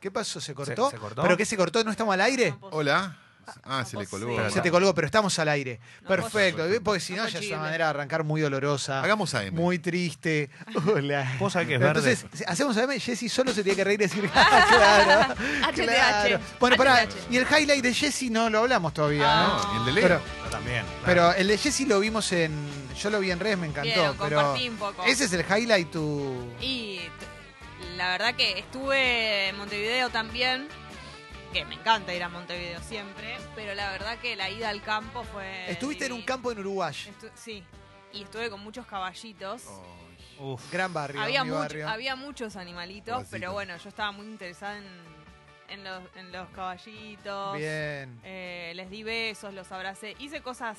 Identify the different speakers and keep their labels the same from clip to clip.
Speaker 1: ¿Qué pasó? ¿Se cortó?
Speaker 2: se cortó?
Speaker 1: ¿Pero qué se cortó? ¿No estamos al aire?
Speaker 3: Hola. Ah, se le colgó.
Speaker 2: Pero
Speaker 1: se te
Speaker 2: no.
Speaker 1: colgó, pero estamos al aire.
Speaker 4: No
Speaker 1: Perfecto.
Speaker 3: posible.
Speaker 1: Porque si no, ya
Speaker 4: No
Speaker 1: es
Speaker 4: posible.
Speaker 1: una manera de arrancar muy dolorosa.
Speaker 3: Hagamos AM.
Speaker 1: Muy triste. Hola.
Speaker 2: Vos sabés que es verde.
Speaker 1: Entonces, hacemos AM, Jessy solo se tiene que reír y decir, "Ah, claro,
Speaker 4: HTH.
Speaker 1: claro. Bueno, pará,
Speaker 4: HTH.
Speaker 1: y el highlight de Jessy no lo hablamos todavía,
Speaker 4: Ah.
Speaker 1: ¿no?
Speaker 3: No, y el de Leo.
Speaker 1: Pero,
Speaker 2: Yo también.
Speaker 1: pero el de Jessy lo vimos en. Yo lo vi en redes, me encantó.
Speaker 4: Bien, lo
Speaker 1: pero
Speaker 4: compartí un poco.
Speaker 1: ese es el highlight tu.
Speaker 4: Y t- la verdad que estuve en Montevideo también, que me encanta ir a Montevideo siempre, pero la verdad que la ida al campo fue...
Speaker 1: Estuviste en un
Speaker 4: divina.
Speaker 1: campo en Uruguay.
Speaker 4: Estu- sí, y estuve con muchos caballitos.
Speaker 1: Oh,
Speaker 3: Ay.
Speaker 2: Uf.
Speaker 1: Gran barrio.
Speaker 4: había,
Speaker 1: mi
Speaker 4: much-
Speaker 1: barrio.
Speaker 4: había muchos animalitos,
Speaker 3: Pobrecitos.
Speaker 4: pero bueno, yo estaba muy interesada en, en los, en los caballitos.
Speaker 1: Bien.
Speaker 4: Eh, les di besos, los abracé, hice cosas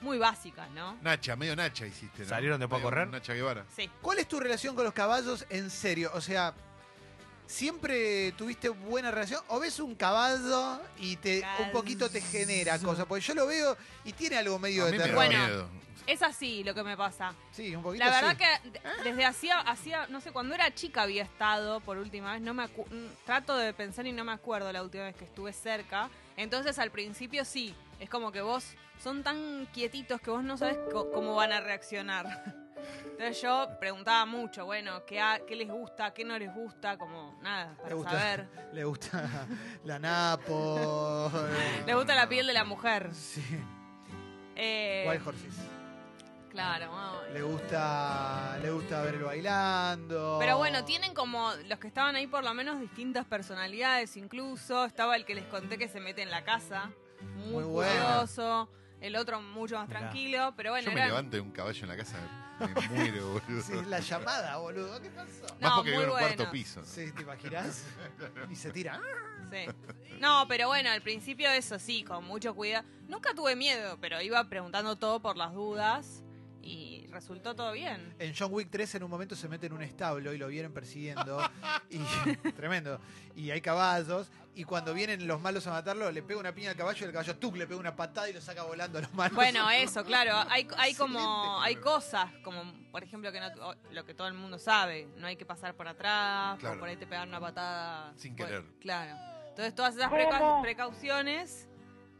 Speaker 4: muy básicas, ¿no?
Speaker 3: Nacha, medio Nacha hiciste. ¿no?
Speaker 2: ¿Salieron de Pa'
Speaker 3: Medio
Speaker 2: Correr?
Speaker 3: Nacha Guevara.
Speaker 4: Sí.
Speaker 1: ¿Cuál es tu relación con los caballos en serio? O sea, ¿siempre tuviste buena relación? ¿O ves un caballo y te un poquito te genera
Speaker 4: Caballo.
Speaker 1: cosas? Porque yo lo veo y tiene algo medio
Speaker 3: A
Speaker 1: de
Speaker 3: mí me
Speaker 1: terror.
Speaker 3: da
Speaker 4: Bueno.
Speaker 3: miedo.
Speaker 4: Es así lo que me pasa.
Speaker 1: sí, un poquito
Speaker 4: La verdad
Speaker 1: sí.
Speaker 4: que de- desde hacía, hacía, no sé, cuando era chica había estado por última vez, no me acu- mm, trato de pensar y no me acuerdo la última vez que estuve cerca. Entonces al principio sí, es como que vos son tan quietitos que vos no sabes co- cómo van a reaccionar. Entonces yo preguntaba mucho, bueno, ¿qué, ha- qué les gusta, qué no les gusta? Como nada, para
Speaker 1: Le gusta,
Speaker 4: saber.
Speaker 1: le gusta la Napo.
Speaker 4: Les gusta la piel de la mujer.
Speaker 1: Sí.
Speaker 4: Eh,
Speaker 1: Wild Horses.
Speaker 4: Claro, ay.
Speaker 1: Le gusta, le gusta verlo bailando.
Speaker 4: Pero bueno, tienen como los que estaban ahí por lo menos distintas personalidades incluso. Estaba el que les conté que se mete en la casa, muy,
Speaker 1: Muy bueno.
Speaker 4: curioso. El otro mucho más
Speaker 2: Mirá.
Speaker 4: tranquilo, pero bueno,
Speaker 3: Yo me
Speaker 4: eran-
Speaker 3: levanto de un caballo en la casa, me muero, boludo.
Speaker 1: Sí, la llamada, boludo. ¿Qué pasó?
Speaker 3: Más
Speaker 4: No,
Speaker 3: porque
Speaker 4: muy
Speaker 3: vivo en un
Speaker 4: bueno.
Speaker 3: cuarto piso.
Speaker 1: Sí, ¿te imaginas? Y se tira.
Speaker 4: sí. No, pero bueno, al principio eso sí, con mucho cuidado. Nunca tuve miedo, pero iba preguntando todo por las dudas y resultó todo bien.
Speaker 1: En John Wick 3 en un momento se mete en un establo y lo vienen persiguiendo. y tremendo. Y hay caballos. Y cuando vienen los malos a matarlo, le pega una piña al caballo y el caballo tuc le pega una patada y lo saca volando a los malos.
Speaker 4: Bueno, eso, claro, hay, hay como
Speaker 1: Excelente.
Speaker 4: hay cosas como por ejemplo que no, lo que todo el mundo sabe, no hay que pasar por atrás,
Speaker 3: Claro.
Speaker 4: o por ahí te pegan una patada
Speaker 3: Sin
Speaker 4: Bueno,
Speaker 3: querer.
Speaker 4: claro. Entonces todas esas preca- precauciones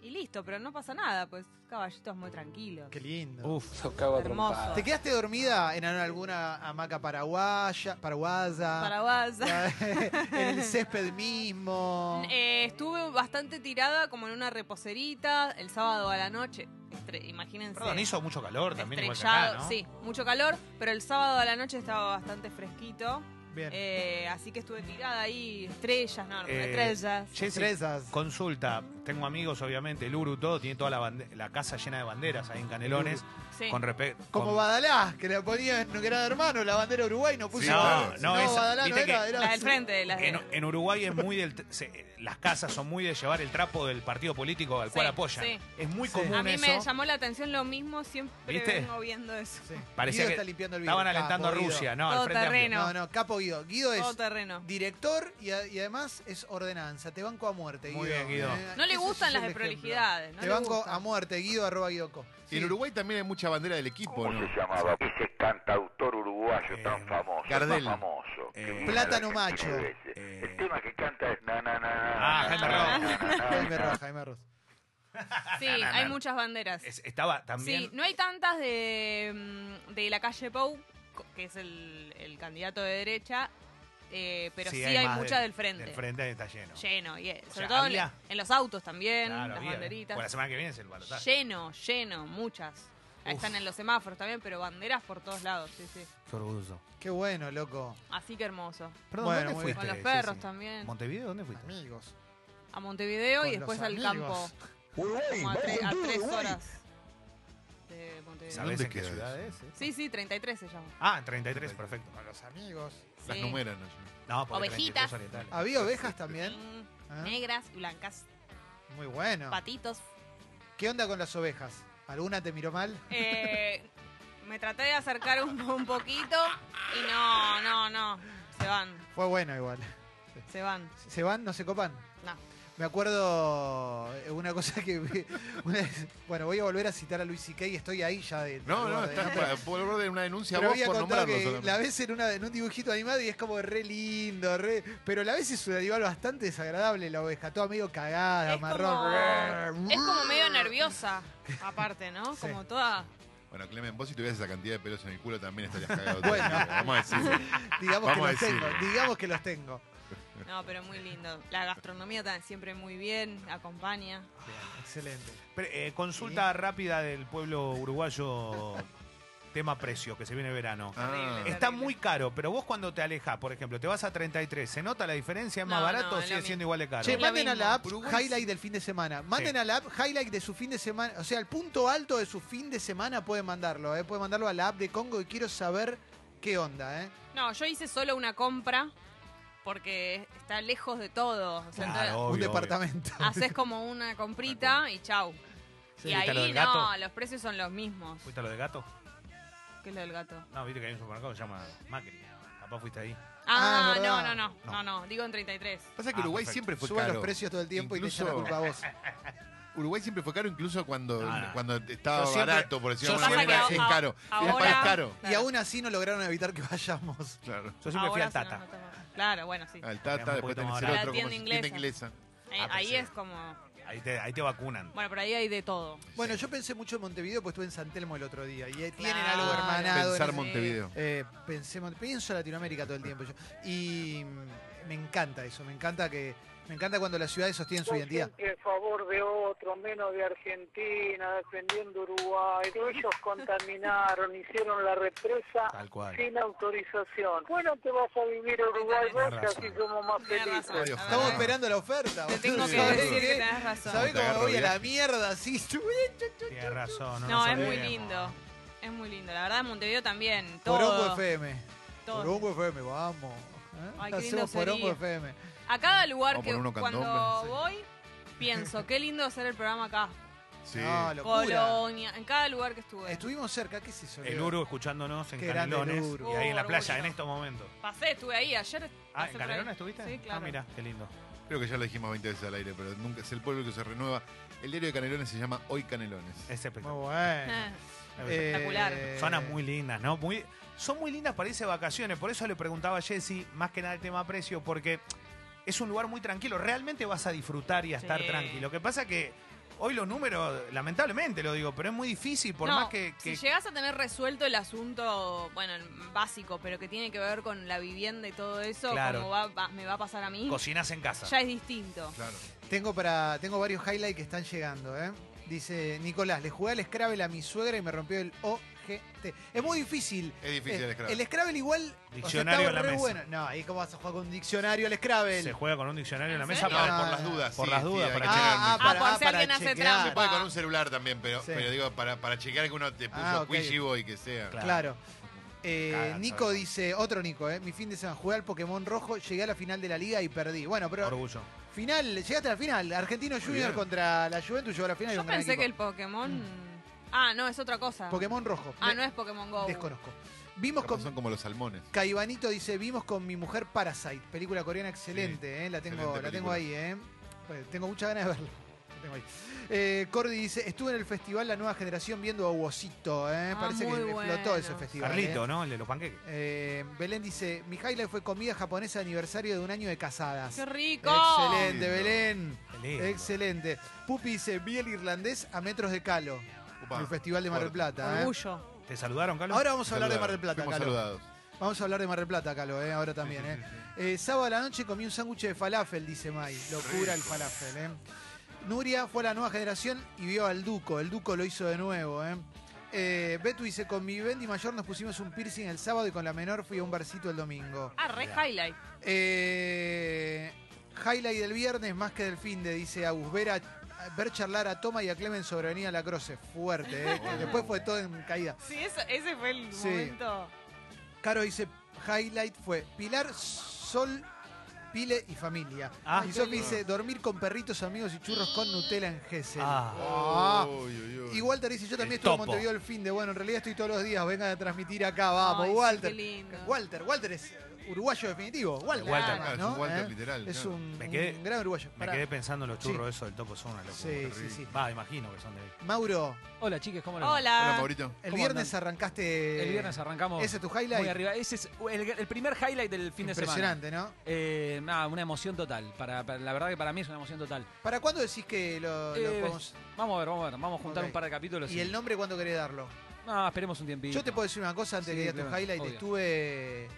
Speaker 4: y listo, pero no pasa nada, pues caballitos muy tranquilos.
Speaker 1: Qué lindo.
Speaker 2: Uf.
Speaker 4: Hermoso.
Speaker 1: ¿Te quedaste dormida en alguna hamaca paraguaya?
Speaker 2: Ah.
Speaker 1: Paraguaya.
Speaker 4: Paraguas.
Speaker 1: en el césped mismo.
Speaker 4: Eh, estuve bastante tirada como en una reposerita el sábado a la noche. Estre- imagínense.
Speaker 2: Perdón, hizo mucho calor también igual que
Speaker 4: estrellado,
Speaker 2: acá, ¿no?
Speaker 4: sí, mucho calor, pero el sábado a la noche estaba bastante fresquito.
Speaker 1: Bien.
Speaker 4: Eh, así que estuve tirada ahí, estrellas, no, no,
Speaker 2: Eh,
Speaker 4: estrellas.
Speaker 2: Jessy,
Speaker 1: Estrellas.
Speaker 2: consulta. Tengo amigos, obviamente, el Uru, todo, tiene toda la, bande- la casa llena de banderas ahí en Canelones.
Speaker 4: Sí.
Speaker 2: Con respecto.
Speaker 1: Como Badalás, que la ponía en Gran Hermano, la bandera Uruguay, no puso.
Speaker 3: Sí,
Speaker 1: nada.
Speaker 3: claro.
Speaker 1: no,
Speaker 2: No, esa-
Speaker 1: Badalá no
Speaker 2: viste
Speaker 1: era,
Speaker 2: que-
Speaker 1: era-
Speaker 4: Las del frente, las de...
Speaker 2: En, en Uruguay es muy del. se- las casas son muy de llevar el trapo del partido político al
Speaker 4: Sí,
Speaker 2: cual apoyan.
Speaker 4: sí.
Speaker 2: Es muy
Speaker 1: Sí.
Speaker 2: común
Speaker 4: A mí
Speaker 2: eso.
Speaker 4: me llamó la atención lo mismo, siempre
Speaker 2: ¿Viste?
Speaker 4: vengo viendo eso.
Speaker 1: Sí.
Speaker 2: Parecía
Speaker 1: Guido
Speaker 2: que
Speaker 1: está limpiando el vidrio. Ah,
Speaker 2: Estaban alentando a
Speaker 1: Capo, Guido.
Speaker 2: Rusia, ¿no? Al
Speaker 4: Todo
Speaker 2: frente Amplio.
Speaker 4: terreno.
Speaker 1: No, no, capo Guido. Guido es
Speaker 4: Todo terreno.
Speaker 1: director y, a- y además es ordenanza. Te banco a muerte, Guido.
Speaker 2: Muy bien, Guido.
Speaker 4: No le
Speaker 1: ese
Speaker 4: gustan
Speaker 1: es
Speaker 4: las
Speaker 1: el
Speaker 4: desprolijidades,
Speaker 1: ejemplo.
Speaker 4: no
Speaker 1: Te
Speaker 4: le
Speaker 1: banco
Speaker 4: gustan.
Speaker 1: a muerte, Guido, arroba Guidoco.
Speaker 3: Y En Uruguay también hay mucha bandera del equipo,
Speaker 5: ¿Cómo
Speaker 3: ¿no?
Speaker 5: se llamaba ese cantautor uruguayo
Speaker 2: Eh,
Speaker 5: tan famoso?
Speaker 3: Gardel.
Speaker 5: Más famoso. que
Speaker 2: Eh,
Speaker 5: vino a la
Speaker 1: Plátano
Speaker 5: Argentina
Speaker 1: Macho.
Speaker 5: de veces.
Speaker 2: Eh.
Speaker 5: El tema que canta es na na na
Speaker 2: Ah,
Speaker 5: na,
Speaker 2: Jaime
Speaker 5: na,
Speaker 2: Ross.
Speaker 5: na, na, na,
Speaker 1: Jaime
Speaker 5: na.
Speaker 1: Ross, Jaime Ross.
Speaker 2: Ah,
Speaker 4: Sí, hay muchas banderas.
Speaker 2: Es- estaba también.
Speaker 4: Sí, no hay tantas de, mm, de la calle Pou, co- que es el, el candidato de derecha, eh, pero sí, hay,
Speaker 2: más
Speaker 4: muchas del frente.
Speaker 2: Del frente está lleno.
Speaker 4: Lleno, y, eh,
Speaker 2: O
Speaker 4: sobre
Speaker 2: sea,
Speaker 4: todo en-
Speaker 2: había-
Speaker 4: en los autos también,
Speaker 2: Claro,
Speaker 4: las
Speaker 2: había.
Speaker 4: banderitas.
Speaker 2: Bueno, la semana que viene es el balotaje.
Speaker 4: Lleno, lleno, muchas. Ahí
Speaker 2: Uf.
Speaker 4: Están en los semáforos también, pero banderas por todos lados, sí, sí.
Speaker 2: Qué orgulloso.
Speaker 1: Qué bueno, loco.
Speaker 4: Así que hermoso.
Speaker 2: Perdón,
Speaker 1: Bueno,
Speaker 2: ¿dónde
Speaker 1: muy
Speaker 2: fuiste?
Speaker 4: Con los
Speaker 2: Ceci?
Speaker 4: perros también.
Speaker 2: ¿Montevideo? ¿Dónde fuiste?
Speaker 1: Amigos.
Speaker 4: A Montevideo
Speaker 1: Con
Speaker 4: y
Speaker 1: los
Speaker 4: después al
Speaker 1: amigos.
Speaker 4: campo. Como a, tre- a tres horas de Montevideo.
Speaker 2: ¿Sabés
Speaker 3: ¿Dónde
Speaker 2: en qué
Speaker 3: queda
Speaker 2: ciudad es? eh?
Speaker 4: Sí, sí, 33 se llama.
Speaker 2: Ah, 33, perfecto.
Speaker 1: Con los amigos.
Speaker 3: Las
Speaker 4: Sí.
Speaker 3: numeran. ¿no?
Speaker 2: No, porque
Speaker 4: Ovejitas.
Speaker 2: 33 orientales.
Speaker 1: Había ovejas también.
Speaker 4: Mm,
Speaker 1: ¿Ah?
Speaker 4: Negras, blancas,
Speaker 1: Muy bueno.
Speaker 4: patitos.
Speaker 1: ¿Qué onda con las ovejas? ¿Alguna te miró mal?
Speaker 4: Eh, me traté de acercar un, un poquito y no, no, no. Se van,
Speaker 1: Fue bueno igual.
Speaker 4: se van.
Speaker 1: ¿Se van? ¿No se copan?
Speaker 4: No.
Speaker 1: Me acuerdo eh, una cosa que. una vez- bueno, voy a volver a citar a Luis C.K. estoy ahí ya de.
Speaker 3: No,
Speaker 1: de-
Speaker 3: no,
Speaker 1: de-
Speaker 3: estás
Speaker 1: pero-
Speaker 3: para- por el borde de una denuncia
Speaker 1: pero
Speaker 3: vos
Speaker 1: había
Speaker 3: por
Speaker 1: contado
Speaker 3: nombrarlo.
Speaker 1: que
Speaker 3: solamente.
Speaker 1: la ves en, una, en un dibujito animado y es como re lindo, re, pero la ves es un animal bastante desagradable, la oveja, toda medio cagada,
Speaker 4: Es
Speaker 1: marrón.
Speaker 4: como, es como medio nerviosa, aparte, ¿no?
Speaker 1: Sí.
Speaker 4: Como toda.
Speaker 3: Bueno, Clemen, vos si tuvieras esa cantidad de pelos en el culo también estarías cagado. todo el
Speaker 1: Bueno.
Speaker 3: día, vamos a decirlo.
Speaker 1: Digamos
Speaker 3: Vamos a
Speaker 1: que los tengo,
Speaker 3: decirlo.
Speaker 1: digamos que los tengo.
Speaker 4: No, pero muy lindo. La gastronomía está siempre muy bien, acompaña.
Speaker 1: Bien, excelente.
Speaker 2: Pre- eh, consulta rápida del pueblo uruguayo, tema precio, que se viene verano.
Speaker 3: Ah,
Speaker 4: Terrible.
Speaker 2: Está muy caro, pero vos cuando te alejas, por ejemplo, te vas a 33, ¿se nota la diferencia? ¿Es más
Speaker 4: No,
Speaker 2: barato
Speaker 4: no,
Speaker 2: o
Speaker 4: es
Speaker 2: sigue
Speaker 4: lo
Speaker 2: siendo
Speaker 4: mismo.
Speaker 2: igual de caro?
Speaker 1: Che,
Speaker 4: Es lo
Speaker 1: manden a
Speaker 4: mismo.
Speaker 1: la app
Speaker 3: Uruguay-
Speaker 1: highlight del fin de semana. Manden
Speaker 2: Sí.
Speaker 1: a la app highlight de su fin de semana. O sea, el punto alto de su fin de semana pueden mandarlo. ¿eh? Pueden mandarlo a la app de Congo y quiero saber qué onda. ¿eh?
Speaker 4: No, yo hice solo una compra porque está lejos de todo. O sea,
Speaker 2: Claro,
Speaker 1: Un
Speaker 2: obvio, obvio.
Speaker 1: departamento.
Speaker 4: entonces, haces como una comprita y chau.
Speaker 2: Sí.
Speaker 4: y
Speaker 2: ¿Viste lo
Speaker 4: ahí
Speaker 2: del
Speaker 4: no,
Speaker 2: gato?
Speaker 4: los precios son los mismos.
Speaker 2: ¿Fuiste a lo de gato?
Speaker 4: ¿Qué es lo del gato?
Speaker 2: No, viste que hay un supermercado que se llama Macri. Capaz fuiste ahí.
Speaker 1: Ah,
Speaker 4: Ah,
Speaker 1: es
Speaker 4: no,
Speaker 1: verdad.
Speaker 4: no, no, no, no, digo en 33.
Speaker 3: Pasa que
Speaker 2: Ah,
Speaker 3: Uruguay
Speaker 2: perfecto.
Speaker 3: siempre fue
Speaker 1: Suben
Speaker 3: caro.
Speaker 1: los precios todo el tiempo y te echan la
Speaker 3: Incluso-
Speaker 1: culpa a vos.
Speaker 3: Uruguay siempre fue caro, incluso cuando,
Speaker 2: No, no.
Speaker 3: cuando estaba
Speaker 2: Yo siempre-
Speaker 3: barato, por decirlo
Speaker 2: yo
Speaker 3: de alguna
Speaker 2: siempre-
Speaker 3: manera,
Speaker 2: Pasa
Speaker 4: que
Speaker 3: es
Speaker 4: a-
Speaker 3: caro.
Speaker 4: ahora-
Speaker 3: Siempre es caro.
Speaker 1: Y aún así no lograron evitar que vayamos.
Speaker 3: Claro.
Speaker 2: Yo siempre fui
Speaker 4: Ahora
Speaker 2: al
Speaker 4: sí no,
Speaker 2: Tata.
Speaker 4: no tomo. Claro, bueno, sí.
Speaker 3: Al
Speaker 2: Porque es un
Speaker 3: Tata, después
Speaker 2: poquito
Speaker 3: tenés
Speaker 2: más
Speaker 3: el
Speaker 4: barato.
Speaker 3: otro como
Speaker 4: La tienda
Speaker 3: si- tienda
Speaker 4: inglesa.
Speaker 3: inglesa.
Speaker 4: Ahí,
Speaker 2: Ah,
Speaker 4: ahí
Speaker 2: pensé.
Speaker 4: es como...
Speaker 2: Ahí te, ahí te vacunan.
Speaker 4: Bueno, pero ahí hay de todo.
Speaker 1: Bueno, yo pensé mucho en Montevideo, pues estuve en San Telmo el otro día. Y eh, tienen
Speaker 4: Claro.
Speaker 1: algo hermanado. en
Speaker 3: Pensar
Speaker 1: ese-
Speaker 4: Mon-
Speaker 3: Montevideo.
Speaker 1: Eh, pensé, Mon- pienso en Latinoamérica todo el tiempo yo. Y mm, me encanta eso, me encanta que. Me encanta cuando las ciudades sostienen su identidad.
Speaker 6: Siempre a favor de otros, menos de Argentina, defendiendo Uruguay. Ellos contaminaron, hicieron la represa
Speaker 2: Tal cual.
Speaker 6: sin autorización. Bueno, te vas a vivir a Uruguay vos,
Speaker 2: Tenés
Speaker 6: que
Speaker 2: razón.
Speaker 6: así somos más
Speaker 4: Tenés
Speaker 6: felices.
Speaker 4: razón.
Speaker 3: Estamos
Speaker 1: Estamos
Speaker 4: la verdad.
Speaker 1: esperando la oferta.
Speaker 4: Te
Speaker 1: boludo.
Speaker 4: tengo que
Speaker 1: ¿Sabés
Speaker 4: decir
Speaker 1: qué?
Speaker 4: que tenés
Speaker 1: Ah.
Speaker 4: razón.
Speaker 1: ¿Sabés
Speaker 3: Te
Speaker 1: cómo
Speaker 3: agarro
Speaker 1: voy a la
Speaker 3: viaje.
Speaker 1: mierda? Así.
Speaker 2: Tienes razón. No,
Speaker 4: No,
Speaker 2: nos
Speaker 4: es muy
Speaker 2: olvidemos.
Speaker 4: lindo. Es muy lindo. La verdad, Montevideo también.
Speaker 1: Porongo
Speaker 4: Todo.
Speaker 1: FM.
Speaker 4: todo.
Speaker 1: Porongo FM, vamos. ¿Eh?
Speaker 4: Ay, qué lindo
Speaker 1: Hacemos Porongo
Speaker 4: sería.
Speaker 1: FM.
Speaker 4: A cada lugar
Speaker 3: Vamos a
Speaker 4: que
Speaker 3: poner uno
Speaker 4: cuando
Speaker 3: candombe, sí.
Speaker 4: voy, pienso, qué lindo hacer el programa acá.
Speaker 3: Sí.
Speaker 1: No, locura.
Speaker 4: Polonia, en cada lugar que estuve.
Speaker 1: Estuvimos cerca, ¿qué es eso?
Speaker 2: El Uru escuchándonos en
Speaker 1: Qué grande el
Speaker 2: Canelones
Speaker 1: Uru.
Speaker 2: y ahí en la
Speaker 4: Oh,
Speaker 2: playa en
Speaker 4: orgullo.
Speaker 2: estos momentos.
Speaker 4: Pasé, estuve ahí ayer.
Speaker 2: Ah,
Speaker 4: hace
Speaker 2: ¿en
Speaker 4: por ahí.
Speaker 2: Canelones estuviste?
Speaker 4: Sí, claro.
Speaker 2: Ah, mira, qué lindo.
Speaker 3: Creo que ya lo dijimos 20 veces al aire, pero nunca es el pueblo que se renueva. El diario de Canelones se llama Hoy Canelones.
Speaker 2: Es
Speaker 1: Muy
Speaker 2: espectacular.
Speaker 1: bueno.
Speaker 4: Eh,
Speaker 2: Eh,
Speaker 4: Espectacular.
Speaker 2: Zonas muy lindas, ¿no? Muy, son muy lindas para irse de vacaciones. Por eso le preguntaba a Jessy, más que nada el tema precio, porque es un lugar muy tranquilo. Realmente vas a disfrutar y a estar
Speaker 4: Sí.
Speaker 2: tranquilo. Lo que pasa que hoy los números, lamentablemente lo digo, pero es muy difícil, por
Speaker 4: No,
Speaker 2: más que. que-
Speaker 4: Si llegas a tener resuelto el asunto, bueno, el básico, pero que tiene que ver con la vivienda y todo eso,
Speaker 2: Claro.
Speaker 4: como va- va- me va a pasar a mí,
Speaker 2: Cocinas en casa.
Speaker 4: ya es distinto.
Speaker 3: Claro.
Speaker 1: Tengo, para, tengo varios highlights que están llegando, ¿eh? Dice Nicolás, le jugué al Scrabble a mi suegra y me rompió el OGT. Es muy difícil.
Speaker 3: Es difícil
Speaker 1: Eh,
Speaker 3: el Scrabble.
Speaker 1: igual.
Speaker 2: Diccionario
Speaker 1: estaba
Speaker 2: en la
Speaker 1: re
Speaker 2: mesa.
Speaker 1: bueno. No, ahí cómo vas a jugar con un diccionario al Scrabble.
Speaker 2: Se juega con un diccionario en la
Speaker 4: ¿En
Speaker 2: mesa
Speaker 4: serio?
Speaker 2: para-
Speaker 1: No,
Speaker 3: por
Speaker 1: no,
Speaker 3: las
Speaker 1: no.
Speaker 3: dudas.
Speaker 2: Por
Speaker 3: sí,
Speaker 2: las
Speaker 3: sí,
Speaker 2: dudas,
Speaker 3: hay
Speaker 2: para
Speaker 3: que
Speaker 2: checar.
Speaker 3: checar mucho.
Speaker 4: Ah, por si alguien hace
Speaker 1: chequear.
Speaker 3: Se puede con un celular también, pero,
Speaker 1: Sí.
Speaker 3: pero digo, para, para chequear que uno te puso
Speaker 1: Ah, ok.
Speaker 3: Quichi Boy, que sea.
Speaker 2: Claro.
Speaker 1: Claro. Eh,
Speaker 2: Cagan,
Speaker 1: Nico
Speaker 2: sabemos.
Speaker 1: dice, otro Nico, ¿eh? Mi fin de semana, jugué al Pokémon Rojo, llegué a la final de la liga y perdí. Bueno, pero
Speaker 2: Orgullo.
Speaker 1: final, llegaste a la final. Argentino Junior
Speaker 3: bien.
Speaker 1: contra la Juventus llegó a la final. y fue
Speaker 4: Yo
Speaker 1: un gran
Speaker 4: pensé
Speaker 1: equipo.
Speaker 4: que el Pokémon... Ah, no, es otra cosa.
Speaker 1: Pokémon Rojo.
Speaker 4: Ah,
Speaker 1: De-
Speaker 4: no es Pokémon Go.
Speaker 1: Desconozco. Vimos
Speaker 3: Capaz
Speaker 1: con
Speaker 3: Son como los salmones.
Speaker 1: Caibanito dice, vimos con mi mujer Parasite, película coreana excelente, ¿eh? la, tengo,
Speaker 3: excelente
Speaker 1: la tengo
Speaker 3: película.
Speaker 1: ahí, ¿eh? Pues, tengo muchas ganas de verla. La tengo ahí. Eh, Cordy dice, estuve en el festival La Nueva Generación viendo a Huesito, ¿eh?
Speaker 4: Ah,
Speaker 1: parece que
Speaker 4: muy
Speaker 1: explotó ese
Speaker 4: bueno.
Speaker 1: festival.
Speaker 2: Carlito,
Speaker 1: ¿eh?
Speaker 2: ¿no? El de los panqueques.
Speaker 1: Eh, Belén dice, mi highlight fue comida japonesa de aniversario de un año de casadas.
Speaker 4: ¡Qué rico!
Speaker 1: Excelente,
Speaker 3: Lindo.
Speaker 1: Belén.
Speaker 2: Qué lindo.
Speaker 1: Excelente. Pupi dice, vi el irlandés a metros de Calo,
Speaker 3: Upa.
Speaker 1: el festival de Mar del Plata. ¿eh?
Speaker 4: Orgullo.
Speaker 2: ¿Te saludaron, Carlos?
Speaker 1: Ahora vamos a hablar de
Speaker 3: Saludados.
Speaker 1: Mar del Plata,
Speaker 3: Fuimos
Speaker 1: Calo.
Speaker 3: saludados.
Speaker 1: Vamos a hablar de Mar del Plata, Calo, eh, ahora también.
Speaker 3: Sí, sí,
Speaker 1: eh. Eh, sábado a la noche comí un sándwich de falafel, dice May. Locura el
Speaker 3: Rico.
Speaker 1: falafel. eh. Nuria fue a la nueva generación y vio al Duco. El Duco lo hizo de nuevo. Eh. Eh, Betu dice, con mi Bendy mayor nos pusimos un piercing el sábado y con la menor fui a un barcito el domingo.
Speaker 4: Ah, re highlight.
Speaker 1: Eh, highlight del viernes más que del fin de, dice Agus. Ver, a- ver charlar a Toma y a Clemen sobre Avenida La Croce. Fuerte. eh.
Speaker 3: Oh.
Speaker 1: Después fue todo en caída.
Speaker 4: Sí, eso- ese fue el
Speaker 1: Sí.
Speaker 4: momento.
Speaker 1: Caro dice, highlight fue Pilar, Sol, Pile y familia.
Speaker 2: Ah.
Speaker 1: y Sofi dice, dormir con perritos, amigos y churros con Nutella en Gessel.
Speaker 2: Ah.
Speaker 1: Ah.
Speaker 3: Uy, uy, uy.
Speaker 1: Y Walter dice, yo también
Speaker 2: El
Speaker 1: estuve en
Speaker 2: topo.
Speaker 1: Montevideo el fin de, bueno, en realidad estoy todos los días, vengan a transmitir acá, vamos,
Speaker 4: Ay, sí,
Speaker 1: Walter.
Speaker 4: qué lindo.
Speaker 1: Walter, Walter es uruguayo definitivo. Walter,
Speaker 2: Walter,
Speaker 1: además,
Speaker 3: claro,
Speaker 1: ¿no?
Speaker 3: es un Walter
Speaker 1: ¿Eh?
Speaker 3: literal,
Speaker 1: Es
Speaker 3: claro.
Speaker 1: un,
Speaker 2: Me quedé-
Speaker 1: un gran uruguayo.
Speaker 2: Me
Speaker 1: Pará.
Speaker 2: quedé pensando en los
Speaker 1: Sí.
Speaker 2: churros esos del topo, son una locura.
Speaker 1: Sí, sí,
Speaker 3: terrible.
Speaker 1: sí.
Speaker 2: Va, imagino que son de...
Speaker 1: Mauro,
Speaker 7: Hola, chicas, ¿cómo les va?
Speaker 3: Hola,
Speaker 4: Hola.
Speaker 3: Maurito.
Speaker 1: el
Speaker 7: ¿Cómo
Speaker 1: viernes
Speaker 7: andan?
Speaker 1: arrancaste.
Speaker 7: El viernes arrancamos
Speaker 1: Eh, ¿Ese es tu
Speaker 7: muy
Speaker 1: highlight?
Speaker 7: arriba. Ese es el, el primer highlight del fin de semana.
Speaker 1: Impresionante, ¿no?
Speaker 7: Eh, nada, una emoción total. Para, para- la verdad que para mí es una emoción total.
Speaker 1: ¿Para cuándo decís que lo, lo
Speaker 7: Eh,
Speaker 1: podemos-
Speaker 7: Vamos a ver, vamos a ver. Vamos a juntar
Speaker 1: Ok.
Speaker 7: un par de capítulos.
Speaker 1: ¿Y el nombre cuándo querés darlo?
Speaker 7: No, esperemos un tiempito.
Speaker 1: Yo te puedo decir una cosa antes
Speaker 7: Sí,
Speaker 1: que digas tu
Speaker 7: claro,
Speaker 1: highlight.
Speaker 7: obvio.
Speaker 1: Estuve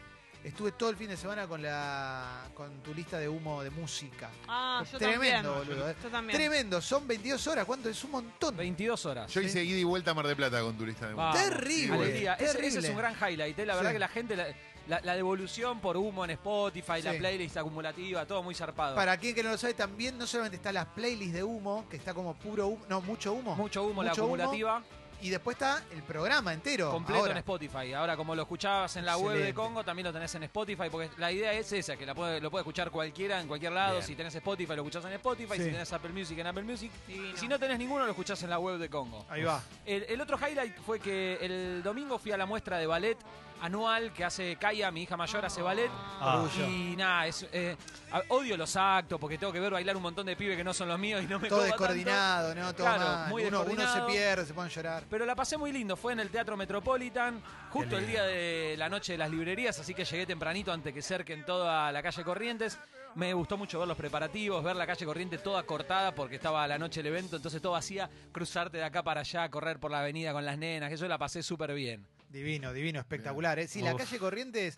Speaker 1: estuve todo el fin de semana con la con tu lista de humo de música.
Speaker 4: Ah, yo
Speaker 1: Tremendo,
Speaker 4: también.
Speaker 1: boludo. eh.
Speaker 4: Yo también.
Speaker 1: Tremendo, son 22 horas, ¿cuánto? Es un montón.
Speaker 7: 22 horas.
Speaker 3: Yo hice ida y vuelta a Mar de Plata con turista de
Speaker 7: Vamos.
Speaker 1: Terrible,
Speaker 7: Alegría. Ese- Ese,
Speaker 1: terrible.
Speaker 7: es un gran highlight. eh. La verdad
Speaker 1: Sí.
Speaker 7: que la gente, la, la- la devolución por humo en Spotify, la
Speaker 1: Sí.
Speaker 7: playlist acumulativa, todo muy zarpado.
Speaker 1: Para quien que no lo sabe, también no solamente está las playlists de humo, que está como puro humo, no, mucho humo.
Speaker 7: Mucho humo la
Speaker 1: Mucho humo.
Speaker 7: acumulativa,
Speaker 1: Y después está el programa entero.
Speaker 7: completo
Speaker 1: ahora.
Speaker 7: en Spotify. Ahora, como lo escuchabas en la web de
Speaker 1: Excelente.
Speaker 7: Congo, también lo tenés en Spotify, porque la idea es esa, que la puede- lo puede escuchar cualquiera en cualquier lado.
Speaker 2: Bien.
Speaker 7: Si tenés Spotify, lo escuchás en Spotify.
Speaker 1: Sí.
Speaker 7: Si tenés Apple Music, en Apple Music.
Speaker 4: Divino.
Speaker 7: Y si no tenés ninguno, lo escuchás en la web de Congo.
Speaker 1: Ahí va.
Speaker 7: El, el otro highlight fue que el domingo fui a la muestra de ballet anual que hace Kaya, mi hija mayor, hace ballet.
Speaker 2: Ah.
Speaker 1: Orgullo.
Speaker 7: Y nada, es, eh, a- odio los actos porque tengo que ver bailar un montón de pibes que no son los míos y no me
Speaker 1: Todo
Speaker 7: copa tanto.
Speaker 1: descoordinado, ¿no? Todo
Speaker 7: Claro,
Speaker 1: mal.
Speaker 7: muy
Speaker 1: uno, uno se
Speaker 7: descoordinado.
Speaker 1: pierde, se pone a llorar.
Speaker 7: Pero la pasé muy lindo, fue en el Teatro Metropolitan, justo el día de la noche de las librerías, así que llegué tempranito antes que cerquen toda la calle Corrientes. Me gustó mucho ver los preparativos, ver la calle Corrientes toda cortada porque estaba la noche el evento, entonces todo hacía cruzarte de acá para allá, correr por la avenida con las nenas, que yo la pasé súper bien.
Speaker 1: Divino, divino, espectacular. ¿eh? Sí, la
Speaker 7: Uf.
Speaker 1: calle Corrientes.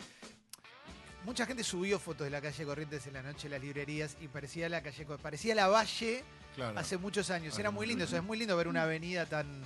Speaker 1: Mucha gente subió fotos de la calle Corrientes en la noche en las librerías y parecía la calle Cor- parecía la valle
Speaker 3: Claro.
Speaker 1: hace muchos años. Era
Speaker 3: Hace
Speaker 1: muy
Speaker 3: mucho
Speaker 1: lindo, eso es
Speaker 3: tiempo.
Speaker 1: muy lindo ver una avenida tan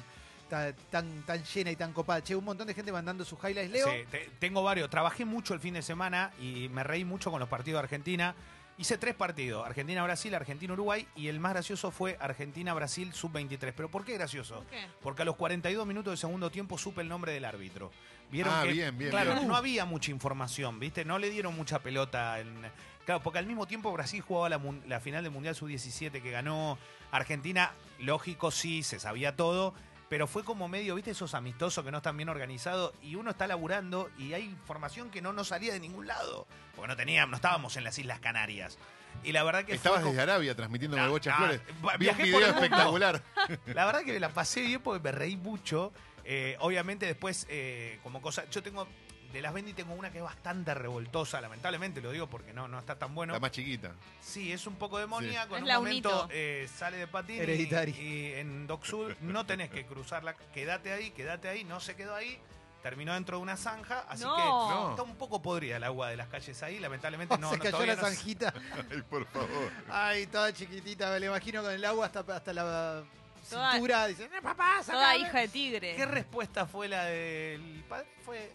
Speaker 1: ta- tan tan llena y tan copada. Che, un montón de gente mandando sus highlights. Leo,
Speaker 2: Sí, te- tengo varios. Trabajé mucho el fin de semana y me reí mucho con los partidos de Argentina. Hice tres partidos, Argentina-Brasil, Argentina-Uruguay y el más gracioso fue Argentina-Brasil sub-23. ¿Pero por qué gracioso?
Speaker 4: ¿Por qué?
Speaker 2: Porque a los 42 minutos del segundo tiempo supe el nombre del árbitro. Vieron
Speaker 3: Ah,
Speaker 2: que,
Speaker 3: bien, bien,
Speaker 2: Claro,
Speaker 3: bien.
Speaker 2: no había mucha información, ¿viste? No le dieron mucha pelota. en- claro, porque al mismo tiempo Brasil jugaba la, mun- la final del Mundial Sub-17 que ganó Argentina. Lógico, sí, se sabía todo. Pero fue como medio, ¿viste? Esos amistosos que no están bien organizados y uno está laburando y hay información que no nos salía de ningún lado. Porque no teníamos, no estábamos en las Islas Canarias. Y la verdad que fue
Speaker 3: Estabas
Speaker 2: como-
Speaker 3: desde Arabia transmitiendo con
Speaker 2: No,
Speaker 3: Bocha
Speaker 2: no,
Speaker 3: Flores.
Speaker 2: va-
Speaker 3: Vi un
Speaker 2: viajé por
Speaker 3: video
Speaker 2: el mundo.
Speaker 3: espectacular.
Speaker 2: La verdad que la pasé bien porque me reí mucho. Eh, obviamente después, eh, como cosa, yo tengo, de las Bendy tengo una que es bastante revoltosa, lamentablemente lo digo porque no, no está tan bueno.
Speaker 3: La más chiquita.
Speaker 2: Sí, es un poco demoníaco.
Speaker 4: Es
Speaker 2: En
Speaker 4: la
Speaker 2: un momento
Speaker 4: Unito.
Speaker 2: eh, sale de patín y-
Speaker 1: Hereditary.
Speaker 2: Y, en Doc Sud no tenés que cruzarla. Quédate ahí, quédate ahí, no se quedó ahí. Terminó dentro de una zanja, así
Speaker 4: No.
Speaker 2: que
Speaker 4: No.
Speaker 2: está un poco podrida el agua de las calles ahí, lamentablemente no.
Speaker 1: se
Speaker 2: no,
Speaker 1: cayó
Speaker 2: todavía
Speaker 1: la
Speaker 2: no se-
Speaker 1: zanjita.
Speaker 3: Ay, por favor.
Speaker 1: Ay, toda chiquitita, me la imagino con el agua hasta, hasta la
Speaker 4: Toda-
Speaker 1: cintura. Dice, "Eh, papá,
Speaker 4: Toda
Speaker 1: sacame".
Speaker 4: hija de tigre.
Speaker 2: ¿Qué respuesta fue la del padre? Fue,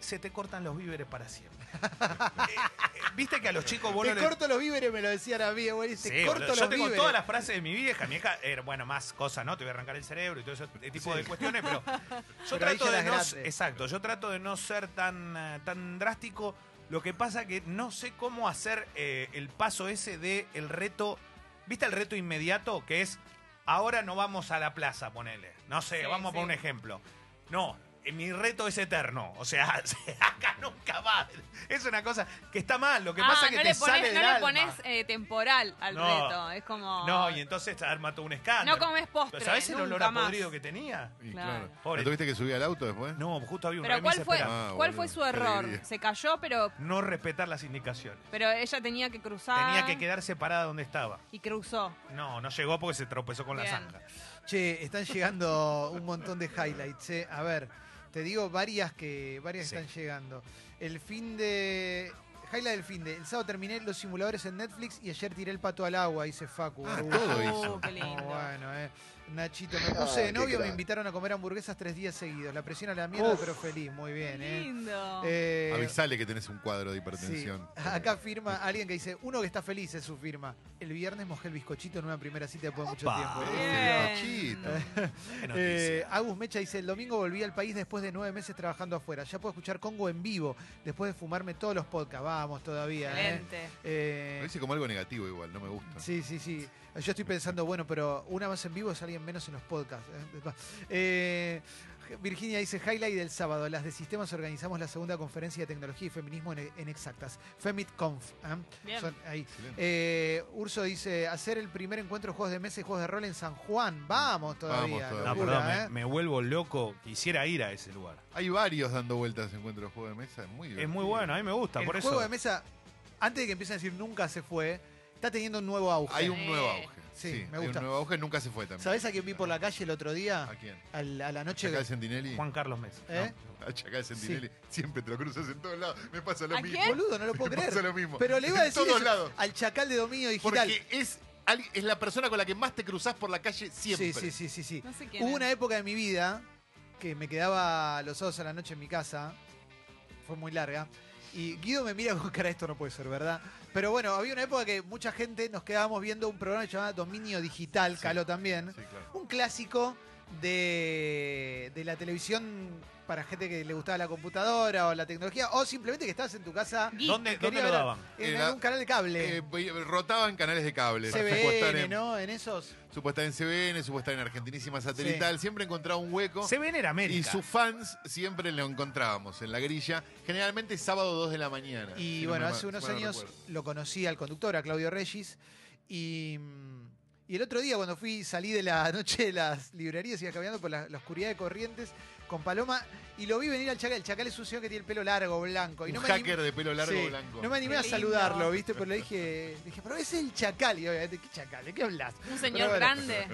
Speaker 2: se te cortan los víveres para siempre. Eh, eh, Viste que a los chicos vos
Speaker 1: Te
Speaker 2: no le-
Speaker 1: corto los víveres, me lo decían a mí, güey.
Speaker 2: Sí,
Speaker 1: Te corto
Speaker 2: boludo,
Speaker 1: los
Speaker 2: yo tengo
Speaker 1: víveres.
Speaker 2: todas las frases de mi vieja. Mi vieja era, bueno, más cosas, ¿no? Te voy a arrancar el cerebro y todo ese tipo de cuestiones, pero yo
Speaker 1: Pero ahí
Speaker 2: trato
Speaker 1: ya
Speaker 2: de
Speaker 1: eras
Speaker 2: no.
Speaker 1: grande.
Speaker 2: Exacto, yo trato de no ser tan, eh, tan drástico. Lo que pasa que no sé cómo hacer eh, el paso ese de el reto. ¿Viste el reto inmediato? Que es ahora no vamos a la plaza, ponele. No sé,
Speaker 4: Sí,
Speaker 2: vamos por
Speaker 4: sí.
Speaker 2: un ejemplo. No. eh, Mi reto es eterno, o sea, acá nunca va. Es una cosa que está mal, lo que
Speaker 4: ah,
Speaker 2: pasa es que
Speaker 4: no
Speaker 2: te
Speaker 4: le pones,
Speaker 2: sale
Speaker 4: no
Speaker 2: del
Speaker 4: le
Speaker 2: alma.
Speaker 4: pones eh, temporal al
Speaker 2: No.
Speaker 4: reto. Es como.
Speaker 2: No, y entonces te arma todo un escándalo.
Speaker 4: No comes postre,
Speaker 2: Pero ¿Sabés el
Speaker 4: nunca
Speaker 2: olor a
Speaker 4: más.
Speaker 2: podrido que tenía?
Speaker 3: Y
Speaker 4: Claro.
Speaker 3: claro.
Speaker 2: Pobre.
Speaker 3: ¿La tuviste que subir al auto después?
Speaker 2: No, justo había un
Speaker 4: Pero
Speaker 2: remis
Speaker 4: ¿cuál fue,
Speaker 2: esperando.
Speaker 3: Ah,
Speaker 4: ¿cuál
Speaker 3: boludo,
Speaker 4: fue su
Speaker 3: qué
Speaker 4: error?
Speaker 3: alegría.
Speaker 4: Se cayó, pero,
Speaker 2: No respetar las indicaciones.
Speaker 4: pero ella tenía que cruzar.
Speaker 2: Tenía que quedarse parada donde estaba.
Speaker 4: Y cruzó.
Speaker 2: No, no llegó porque se tropezó con
Speaker 4: Bien.
Speaker 2: la zanja.
Speaker 1: Che, están llegando un montón de highlights. eh. A ver, te digo varias que varias
Speaker 2: Sí.
Speaker 1: están llegando. El fin de. Highlight del fin de. El sábado terminé los simuladores en Netflix y ayer tiré el pato al agua, dice Facu.
Speaker 3: Ah,
Speaker 1: Uh,
Speaker 3: todo
Speaker 4: Uh,
Speaker 3: hizo.
Speaker 4: qué lindo.
Speaker 1: no, bueno, eh. Nachito, me puse
Speaker 5: Ay,
Speaker 1: de
Speaker 5: qué
Speaker 1: novio, me
Speaker 5: crack.
Speaker 1: invitaron a comer hamburguesas tres días seguidos. La presión a la mierda, pero feliz, muy bien,
Speaker 4: Qué
Speaker 1: eh.
Speaker 4: lindo.
Speaker 1: Eh,
Speaker 3: Avisale que tenés un cuadro de
Speaker 1: sí.
Speaker 3: hipertensión.
Speaker 1: Acá firma alguien que dice, uno que está feliz es su firma. El viernes mojé el bizcochito en una primera cita después de mucho
Speaker 2: Opa.
Speaker 1: tiempo.
Speaker 4: Bien.
Speaker 3: Chito.
Speaker 2: Qué
Speaker 1: Eh,
Speaker 2: noticia.
Speaker 1: Agus Mecha dice, el domingo volví al país después de nueve meses trabajando afuera. Ya puedo escuchar Congo en vivo, después de fumarme todos los podcasts. Vamos todavía. ¿eh?
Speaker 4: Excelente.
Speaker 1: Eh,
Speaker 3: Parece como algo negativo igual, no me gusta.
Speaker 1: sí, sí, sí. Yo estoy pensando, bueno, pero una más en vivo es alguien alguien menos en los podcasts. Eh, Virginia dice, highlight del sábado, las de sistemas organizamos la segunda conferencia de tecnología y feminismo en, en exactas, FemitConf. ¿eh?
Speaker 4: Bien.
Speaker 1: Son ahí.
Speaker 3: Excelente.
Speaker 1: Eh, Urso dice, hacer el primer encuentro de juegos de mesa y juegos de rol en San Juan. Vamos todavía.
Speaker 3: Vamos todavía.
Speaker 2: No,
Speaker 1: locura,
Speaker 2: perdón,
Speaker 1: ¿eh?
Speaker 2: me, me vuelvo loco. Quisiera ir a ese lugar.
Speaker 3: Hay varios dando vueltas en encuentros de juego de mesa. Es muy
Speaker 2: Es muy
Speaker 3: divertido.
Speaker 2: bueno, a mí me gusta.
Speaker 1: El
Speaker 2: por
Speaker 1: juego
Speaker 2: eso.
Speaker 1: de mesa, antes de que empiecen a decir nunca se fue, está teniendo un nuevo auge.
Speaker 3: Hay un
Speaker 4: Sí.
Speaker 3: nuevo auge.
Speaker 1: Sí, me
Speaker 3: Hay un
Speaker 1: gusta.
Speaker 3: nuevo auge, nunca se fue también.
Speaker 1: ¿Sabés a quién vi por la calle el otro
Speaker 3: ¿A
Speaker 1: día?
Speaker 3: quién?
Speaker 1: Al- A, la noche.
Speaker 3: Chacal Sentinelli.
Speaker 2: Juan Carlos Mesa.
Speaker 1: ¿Eh?
Speaker 3: A Chacal Sentinelli. Siempre te lo cruzas en todos lados. Me pasa lo
Speaker 4: ¿A
Speaker 3: mismo.
Speaker 4: quién?
Speaker 1: Boludo, no lo puedo
Speaker 3: Me
Speaker 1: creer.
Speaker 3: pasa lo mismo.
Speaker 1: Pero le iba a
Speaker 3: En
Speaker 1: decir
Speaker 3: todos
Speaker 1: eso
Speaker 3: lados.
Speaker 1: al chacal de dominio digital.
Speaker 3: Porque es, al- es la persona con la que más te cruzás por la calle siempre.
Speaker 1: Sí, sí, sí, sí, sí.
Speaker 4: No sé quién
Speaker 1: Hubo
Speaker 4: es.
Speaker 1: una época de mi vida que me quedaba los sábados a la noche en mi casa. Fue muy larga. Y Guido me mira con cara, esto no puede ser, ¿verdad? Pero bueno, había una época que mucha gente nos quedábamos viendo un programa llamado Dominio Digital,
Speaker 3: Sí.
Speaker 1: Caló también.
Speaker 3: Sí, claro.
Speaker 1: Un clásico de, de la televisión para gente que le gustaba la computadora o la tecnología, o simplemente que estabas en tu casa
Speaker 2: ¿Dónde,
Speaker 1: Quería
Speaker 2: dónde lo
Speaker 1: ver a-
Speaker 2: daban?
Speaker 1: en
Speaker 3: Era-
Speaker 1: algún canal de cable.
Speaker 3: Eh, voy- rotaban canales de cable. Supo estar
Speaker 1: CBN,
Speaker 3: en,
Speaker 1: ¿no? En esos.
Speaker 3: supo estar en CBN, supo estar en Argentinísima Satelital. Siempre encontraba un hueco.
Speaker 2: Se ven en América.
Speaker 3: Y sus fans siempre lo encontrábamos en la grilla, generalmente sábado 2 de la mañana.
Speaker 1: Y
Speaker 3: si no
Speaker 1: bueno,
Speaker 3: me ma-
Speaker 1: hace unos
Speaker 3: mal no
Speaker 1: años
Speaker 3: recuerdo.
Speaker 1: lo conocí al conductor, a Claudio Reyes, y, mm, y el otro día cuando fui, salí de la noche de las librerías, iba caminando por la, la oscuridad de Corrientes con Paloma, y lo vi venir al Chacal. El Chacal es un señor que tiene el pelo largo, blanco. Y
Speaker 3: Un
Speaker 1: no me anim-
Speaker 3: hacker de pelo largo
Speaker 1: Sí,
Speaker 3: blanco.
Speaker 1: No me animé
Speaker 4: Qué
Speaker 1: a
Speaker 4: lindo.
Speaker 1: saludarlo, ¿viste? Pero le dije, le dije, pero es el Chacal. Y obviamente, ¿qué Chacal? ¿De qué hablas?
Speaker 4: Un
Speaker 1: Pero
Speaker 4: señor
Speaker 1: bueno.
Speaker 4: grande.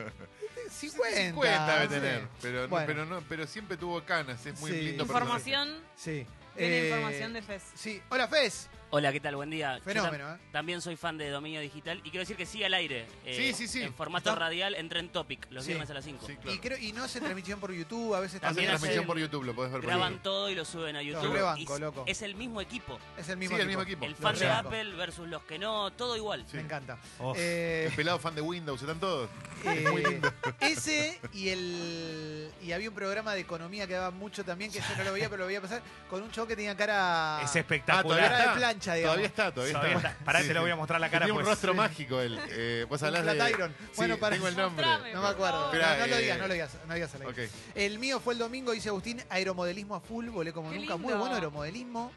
Speaker 1: 50.
Speaker 3: 50 debe
Speaker 1: no sé.
Speaker 3: tener, pero,
Speaker 1: Bueno.
Speaker 3: pero, no, pero siempre tuvo canas, es muy
Speaker 1: Sí.
Speaker 3: lindo. personaje.
Speaker 4: Información.
Speaker 1: Sí.
Speaker 4: Tiene
Speaker 1: Eh,
Speaker 4: información de FES.
Speaker 1: Sí. Hola, Fez.
Speaker 8: Hola, ¿qué tal? Buen día. Yo
Speaker 1: Fenómeno, ¿eh?
Speaker 8: tam- también soy fan de Dominio Digital y quiero decir que sigue al aire. eh,
Speaker 3: Sí, sí, sí.
Speaker 8: En formato
Speaker 1: Está-
Speaker 8: radial en Trend Topic los
Speaker 1: Sí.
Speaker 8: viernes a las 5.
Speaker 3: Sí, claro.
Speaker 1: Y, creo, y no hace transmisión por YouTube, a veces
Speaker 8: Hacen
Speaker 3: Hacen
Speaker 8: También
Speaker 3: transmisión
Speaker 8: hacen-
Speaker 3: por YouTube, lo podés ver por
Speaker 8: Graban
Speaker 3: YouTube.
Speaker 8: todo y lo suben a YouTube.
Speaker 1: rebanco,
Speaker 8: Y-
Speaker 1: loco.
Speaker 8: Es el mismo equipo.
Speaker 1: Es el
Speaker 3: Sí,
Speaker 1: mismo
Speaker 3: el mismo equipo.
Speaker 8: El
Speaker 1: Lo
Speaker 8: fan de
Speaker 1: rebanco.
Speaker 8: Apple versus los que no, todo igual.
Speaker 3: Sí.
Speaker 1: Me encanta.
Speaker 2: Oh.
Speaker 1: Eh,
Speaker 3: El pelado fan de Windows, están todos.
Speaker 1: eh, ese y el y había un programa de economía que daba mucho también, que yo no lo veía, pero lo veía pasar, con un chavo que tenía cara,
Speaker 2: Es
Speaker 3: ah, todavía
Speaker 2: espectacular.
Speaker 1: cara
Speaker 3: está.
Speaker 1: de plancha, digamos.
Speaker 3: Todavía está, todavía,
Speaker 2: Todavía
Speaker 3: está.
Speaker 2: está. Pará, te lo voy a mostrar la cara.
Speaker 3: Tiene un
Speaker 2: pues.
Speaker 3: rostro mágico él. Eh, vos
Speaker 1: Un
Speaker 3: hablás de...
Speaker 1: Flatiron.
Speaker 3: Sí,
Speaker 1: Bueno, para-
Speaker 3: tengo el nombre.
Speaker 4: Mostrame.
Speaker 1: No me acuerdo.
Speaker 3: Esperá,
Speaker 1: no, no lo
Speaker 3: eh,
Speaker 1: digas, no lo digas, no digas al aire.
Speaker 3: Ok.
Speaker 1: El mío fue el domingo, dice Agustín, aeromodelismo a full, volé como
Speaker 4: Qué
Speaker 1: nunca. Muy
Speaker 4: lindo.
Speaker 1: bueno aeromodelismo.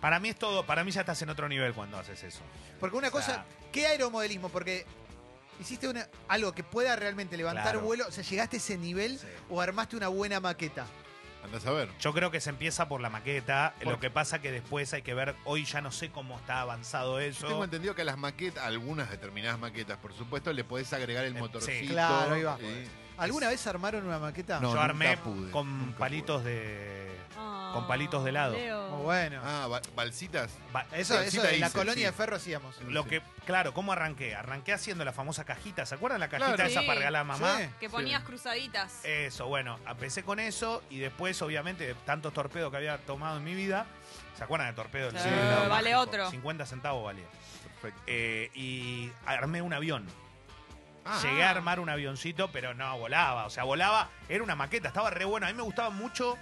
Speaker 2: Para mí es todo. Para mí ya estás en otro nivel cuando haces eso.
Speaker 1: Porque una
Speaker 2: O sea,
Speaker 1: cosa, ¿qué aeromodelismo? Porque hiciste una, algo que pueda realmente levantar
Speaker 2: Claro.
Speaker 1: vuelo, o sea, llegaste a ese nivel
Speaker 2: Sí.
Speaker 1: o armaste una buena maqueta.
Speaker 3: Andás a ver.
Speaker 2: Yo creo que se empieza por la maqueta.
Speaker 3: Por-
Speaker 2: Lo que pasa que después hay que ver. Hoy ya no sé cómo está avanzado
Speaker 3: Yo tengo
Speaker 2: eso.
Speaker 3: entendido que a las maquetas, algunas determinadas maquetas, por supuesto, le podés agregar el
Speaker 2: Eh,
Speaker 3: motorcito.
Speaker 2: sí.
Speaker 1: Claro, ahí va.
Speaker 3: eh,
Speaker 1: ¿Alguna vez armaron una maqueta?
Speaker 3: No,
Speaker 2: Yo
Speaker 3: nunca
Speaker 2: armé
Speaker 3: pude,
Speaker 2: con
Speaker 3: nunca
Speaker 2: palitos de.
Speaker 4: Ah,
Speaker 2: Con palitos de helado.
Speaker 4: Leo.
Speaker 1: Muy bueno.
Speaker 3: Ah, ba- balsitas.
Speaker 2: ba-
Speaker 1: Eso, eso
Speaker 3: Casita
Speaker 1: en la
Speaker 3: hice,
Speaker 1: colonia
Speaker 3: sí.
Speaker 1: de Ferro hacíamos.
Speaker 2: Lo que, claro, ¿cómo arranqué? Arranqué haciendo la famosa cajita. ¿Se acuerdan la cajita
Speaker 3: Claro.
Speaker 2: esa
Speaker 4: Sí.
Speaker 2: para regalar a mamá?
Speaker 1: Sí.
Speaker 4: Que ponías cruzaditas.
Speaker 3: Eh,
Speaker 2: Eso, bueno, empecé con eso y después, obviamente, de tantos torpedos que había tomado en mi vida. ¿Se acuerdan de torpedo?
Speaker 4: Sí, vale otro.
Speaker 2: 50 centavos valía.
Speaker 3: Perfecto.
Speaker 2: Eh, y armé un avión.
Speaker 3: Ah.
Speaker 2: Llegué a armar un avioncito, pero no volaba. O sea, volaba, era una maqueta, estaba re bueno. A mí me gustaba mucho.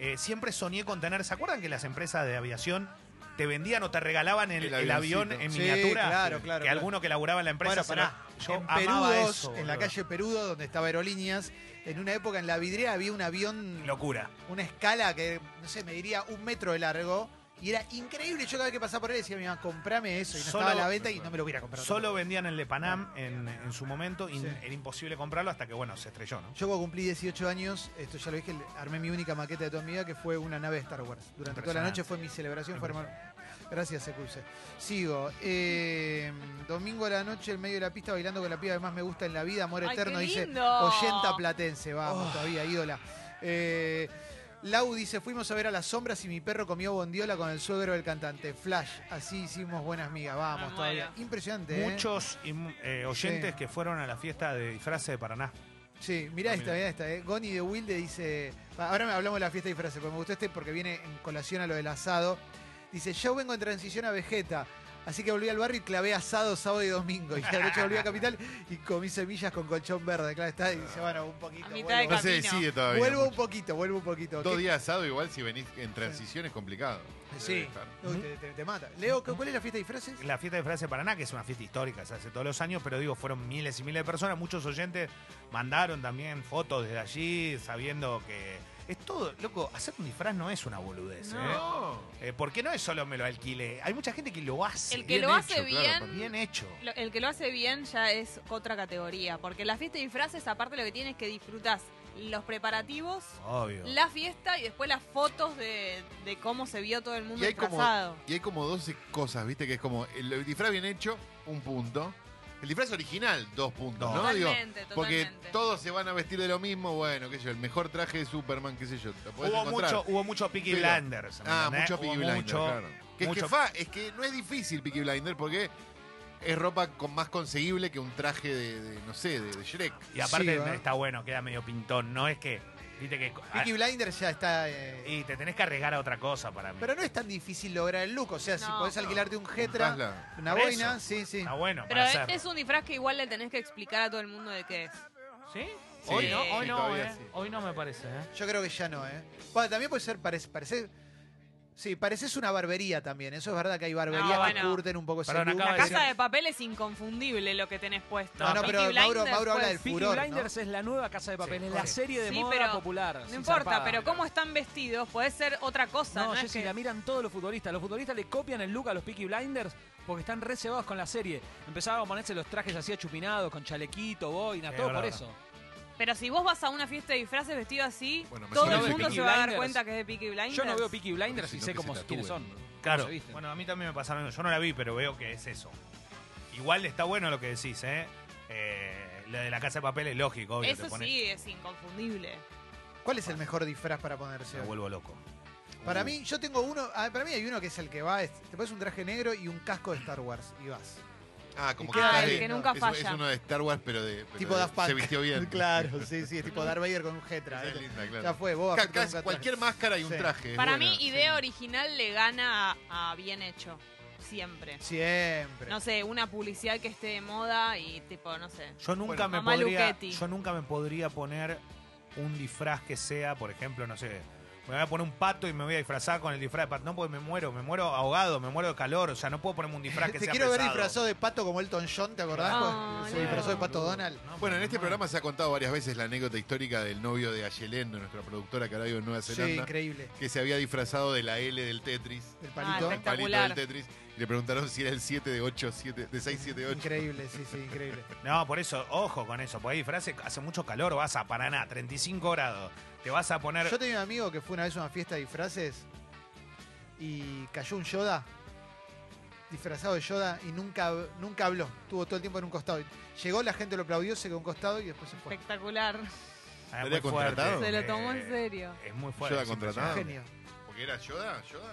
Speaker 2: eh, siempre soñé con tener. ¿Se acuerdan que las empresas de aviación te vendían o te regalaban el,
Speaker 3: El
Speaker 2: el avión en
Speaker 3: avioncito.
Speaker 1: Sí,
Speaker 2: miniatura?
Speaker 1: claro, claro,
Speaker 2: que
Speaker 1: claro.
Speaker 2: alguno que laburaba en la empresa.
Speaker 1: Bueno,
Speaker 2: se
Speaker 1: pará.
Speaker 2: lo- yo
Speaker 1: en
Speaker 2: amaba
Speaker 1: Perudos,
Speaker 2: eso,
Speaker 1: en la
Speaker 2: boludo.
Speaker 1: calle Perudo, donde estaba Aerolíneas, en una época en la vidriera había un avión,
Speaker 2: Locura.
Speaker 1: una escala que, no sé, me diría un metro de largo. Y era increíble. Yo cada vez que pasaba por él decía, mi mamá, comprame eso. Y no
Speaker 2: Solo-
Speaker 1: estaba a la venta y no me lo hubiera comprado.
Speaker 2: Solo vendían el de Panam en, en su momento y
Speaker 1: Sí.
Speaker 2: era imposible comprarlo hasta que, bueno, se estrelló, ¿no?
Speaker 1: Yo cuando cumplí 18 años, esto ya lo dije, armé mi única maqueta de toda mi vida, que fue una nave de Star Wars. Durante toda la
Speaker 2: Impresionante.
Speaker 1: noche fue mi celebración, fue armar- Gracias, Secuse. Sigo. Eh, domingo a la noche, en medio de la pista, bailando con la piba que más me gusta en la vida, amor
Speaker 4: Ay,
Speaker 1: eterno,
Speaker 4: qué
Speaker 1: dice
Speaker 4: lindo. Oh.
Speaker 1: Oyenta Platense. Vamos, todavía, ídola. Eh, Lau dice, fuimos a ver a las sombras y mi perro comió bondiola con el suegro del cantante. Flash, así hicimos buenas migas. Vamos,
Speaker 4: Me
Speaker 1: todavía.
Speaker 4: muero.
Speaker 1: Impresionante, ¿eh?
Speaker 2: Muchos y mu- eh, oyentes
Speaker 1: Sí.
Speaker 2: que fueron a la fiesta de disfraces de Paraná.
Speaker 1: Sí, mirá
Speaker 3: Ah,
Speaker 1: esta,
Speaker 3: mirá.
Speaker 1: mirá esta. Eh. Goni de Wilde dice. Va, Ahora hablamos de la fiesta de disfraces, porque me gustó este porque viene en colación a lo del asado. Dice: Yo vengo en transición a Vegeta. Así que volví al barrio y clavé asado sábado y domingo. Y la noche volví a Capital y comí semillas con colchón verde. Claro, está. Y dice, bueno, un poquito.
Speaker 4: A mitad de
Speaker 1: vuelvo.
Speaker 3: No se
Speaker 4: camino.
Speaker 3: decide todavía.
Speaker 1: Vuelvo un
Speaker 3: mucho.
Speaker 1: poquito, vuelvo un poquito.
Speaker 3: Dos
Speaker 1: ¿Qué-
Speaker 3: días asado, igual si venís en transición es complicado. Debe
Speaker 1: Sí,
Speaker 3: estar.
Speaker 1: Uy, te, te- te mata. Leo, ¿cu- ¿cuál es la fiesta de disfraces?
Speaker 2: La fiesta de Francia de Paraná, que es una fiesta histórica, se hace todos los años, pero digo, fueron miles y miles de personas. Muchos oyentes mandaron también fotos desde allí, sabiendo que es todo, loco, hacer un disfraz no es una boludez, ¿eh?
Speaker 3: No.
Speaker 2: Eh, porque no es solo me lo alquile, hay mucha gente que lo hace.
Speaker 4: El que
Speaker 3: bien
Speaker 4: lo hace
Speaker 3: hecho, claro,
Speaker 4: bien,
Speaker 3: para-
Speaker 2: Bien hecho.
Speaker 4: lo- el que lo hace bien ya es otra categoría. Porque la fiesta de disfraces, aparte lo que tienes es que disfrutas los preparativos,
Speaker 2: Obvio.
Speaker 4: la fiesta y después las fotos de, de cómo se vio todo el mundo
Speaker 3: Y hay, como,
Speaker 4: disfrazado.
Speaker 3: y hay como 12 cosas, ¿viste? Que es como el, el disfraz bien hecho, un punto. El disfraz original, dos puntos, ¿no? Digo,
Speaker 4: Totalmente,
Speaker 3: porque
Speaker 4: totalmente.
Speaker 3: todos se van a vestir de lo mismo, bueno, qué sé yo, el mejor traje de Superman, qué sé yo. te podés
Speaker 2: Hubo
Speaker 3: encontrar.
Speaker 2: mucho, hubo mucho Peaky
Speaker 3: Pero-
Speaker 2: Blinders. ¿me
Speaker 3: Ah,
Speaker 2: entendés?
Speaker 3: mucho Peaky
Speaker 2: Hubo
Speaker 3: Blinder,
Speaker 2: mucho-
Speaker 3: claro. Que es,
Speaker 2: mucho-
Speaker 3: que, fa, es que no es difícil Peaky Blinder porque es ropa con más conseguible que un traje de, de, no sé, de, de Shrek.
Speaker 2: Y aparte
Speaker 1: Sí, va.
Speaker 2: está bueno, queda medio pintón. No es que, viste que.
Speaker 3: Ah.
Speaker 1: Peaky Blinders ya está. eh,
Speaker 2: y te tenés que arriesgar a otra cosa para mí.
Speaker 1: Pero no es tan difícil lograr el look. O sea, si
Speaker 4: No.
Speaker 1: podés alquilarte un
Speaker 3: Comprás
Speaker 1: Getra,
Speaker 3: la-
Speaker 1: una
Speaker 2: Por
Speaker 1: boina,
Speaker 2: eso.
Speaker 1: sí, sí.
Speaker 2: Está bueno
Speaker 4: Pero
Speaker 2: para hacer.
Speaker 4: este es un disfraz que igual le tenés que explicar a todo el mundo de qué es.
Speaker 2: ¿Sí?
Speaker 3: Sí,
Speaker 2: Hoy no,
Speaker 4: sí,
Speaker 2: hoy no,
Speaker 3: todavía
Speaker 2: eh.
Speaker 3: sí.
Speaker 2: Hoy no me parece, eh.
Speaker 1: Yo creo que ya no, ¿eh? Bueno, también puede ser, parece. parece sí, pareces una barbería también. Eso es verdad que hay barberías
Speaker 4: No,
Speaker 1: que
Speaker 4: bueno.
Speaker 1: curten un poco ese
Speaker 2: Perdón,
Speaker 1: look.
Speaker 2: acaba
Speaker 4: La
Speaker 2: de
Speaker 4: casa
Speaker 2: decir-
Speaker 4: de papel es inconfundible lo que tenés puesto.
Speaker 1: No, no,
Speaker 4: Peaky
Speaker 1: pero Mauro-
Speaker 4: Blinders pues,
Speaker 1: Mauro habla
Speaker 4: fue-
Speaker 1: del
Speaker 7: Peaky
Speaker 1: furor, ¿no?
Speaker 7: Blinders es la nueva casa de papel,
Speaker 2: Sí,
Speaker 7: es la
Speaker 2: sí.
Speaker 7: serie de
Speaker 4: Sí,
Speaker 7: moda
Speaker 4: pero
Speaker 7: popular.
Speaker 4: No
Speaker 7: sí,
Speaker 4: importa,
Speaker 7: zarpada.
Speaker 4: pero cómo están vestidos puede ser otra cosa.
Speaker 7: No,
Speaker 4: No, es
Speaker 7: Jessy,
Speaker 4: que-
Speaker 7: la miran todos los futbolistas. Los futbolistas le copian el look a los Peaky Blinders porque están recebados con la serie. Empezaban a ponerse los trajes así achupinados, con chalequito, boina,
Speaker 2: Sí,
Speaker 7: todo
Speaker 2: verdad,
Speaker 7: por
Speaker 2: verdad.
Speaker 7: eso.
Speaker 4: Pero si vos vas a una fiesta de disfraces vestido así,
Speaker 3: Bueno, me
Speaker 4: todo
Speaker 3: suena
Speaker 4: el
Speaker 3: de
Speaker 4: mundo
Speaker 3: Peaky
Speaker 4: se va a dar
Speaker 7: Blinders.
Speaker 4: cuenta que es de Peaky Blinders.
Speaker 7: Yo no veo Peaky Blinders y
Speaker 3: Sino
Speaker 7: sé
Speaker 3: que
Speaker 7: cómo,
Speaker 3: se
Speaker 7: quiénes son.
Speaker 3: tatúen.
Speaker 7: cómo
Speaker 2: Claro.
Speaker 7: se visten.
Speaker 2: Bueno, a mí también me pasaron. Yo no la vi, pero veo que es eso. Igual está bueno lo que decís, eh. Eh, lo de la casa de papel es lógico, obvio. te
Speaker 4: Eso
Speaker 2: pone-
Speaker 4: sí es inconfundible.
Speaker 1: ¿Cuál es el mejor disfraz para ponerse?
Speaker 2: Me vuelvo loco.
Speaker 1: Para mí, yo tengo uno. ah, Para mí hay uno que es el que va. es- te pones un traje negro y un casco de Star Wars y vas.
Speaker 3: Ah, como
Speaker 1: Y
Speaker 3: que,
Speaker 1: queda
Speaker 3: está
Speaker 1: el
Speaker 3: de-
Speaker 1: que
Speaker 4: nunca
Speaker 3: es-
Speaker 4: falla.
Speaker 3: Es uno de Star Wars, pero de. pero
Speaker 1: tipo
Speaker 3: de-
Speaker 1: Daft Punk.
Speaker 3: Se vistió bien.
Speaker 1: Claro, sí, sí. Es tipo Darth Vader con un Getra.
Speaker 3: Esa es
Speaker 1: ¿viste?
Speaker 3: linda, claro.
Speaker 1: Ya fue, vos.
Speaker 3: Ca- casi cualquier máscara y un
Speaker 1: Sí.
Speaker 3: traje. es
Speaker 4: Para
Speaker 3: buena.
Speaker 4: mí, idea original le gana a, a bien hecho. Siempre.
Speaker 1: Siempre.
Speaker 4: No sé, una publicidad que esté de moda y tipo, no sé.
Speaker 2: Yo nunca
Speaker 4: Bueno,
Speaker 2: me
Speaker 4: Mamá
Speaker 2: podría.
Speaker 4: Luchetti.
Speaker 2: Yo nunca me podría poner un disfraz que sea, por ejemplo, no sé. Me voy a poner un pato y me voy a disfrazar con el disfraz de pato. No, porque me muero, me muero ahogado, me muero de calor. O sea, no puedo ponerme un disfraz que
Speaker 1: Te
Speaker 2: sea
Speaker 1: quiero ver
Speaker 2: pesado.
Speaker 1: disfrazado de pato como Elton John, ¿te acordás?
Speaker 4: Ah,
Speaker 1: Se
Speaker 4: no.
Speaker 1: disfrazó de pato Donald.
Speaker 2: No,
Speaker 3: Bueno, en este
Speaker 2: no.
Speaker 3: programa se ha contado varias veces la anécdota histórica del novio de Ayelén, de nuestra productora que ahora vive en Nueva
Speaker 1: Sí,
Speaker 3: Zelanda,
Speaker 1: increíble.
Speaker 3: que se había disfrazado de la L del Tetris.
Speaker 1: El
Speaker 4: Ah,
Speaker 1: palito.
Speaker 3: El palito
Speaker 4: Espectacular.
Speaker 3: del Tetris. Y le preguntaron si era el 7 de 8, 7, de 6, 7, 8.
Speaker 1: increíble, sí, sí, increíble.
Speaker 2: No, por eso, ojo con eso, porque hay disfraces, hace mucho calor, vas a Paraná, 35 grados, te vas a poner...
Speaker 1: Yo tenía un amigo que fue una vez a una fiesta de disfraces y cayó un Yoda disfrazado de Yoda y nunca, nunca habló. Estuvo todo el tiempo en un costado. Llegó, la gente lo aplaudió, se quedó en un costado y después se fue.
Speaker 4: Espectacular.
Speaker 2: Ah, es
Speaker 3: ¿Era
Speaker 2: muy fuerte.
Speaker 3: contratado?
Speaker 4: Se lo tomó
Speaker 2: Eh,
Speaker 4: en serio.
Speaker 2: Es muy fuerte.
Speaker 3: ¿Yoda
Speaker 2: es
Speaker 3: contratado?
Speaker 2: impresionante.
Speaker 1: Genio.
Speaker 3: Porque era Yoda, Yoda.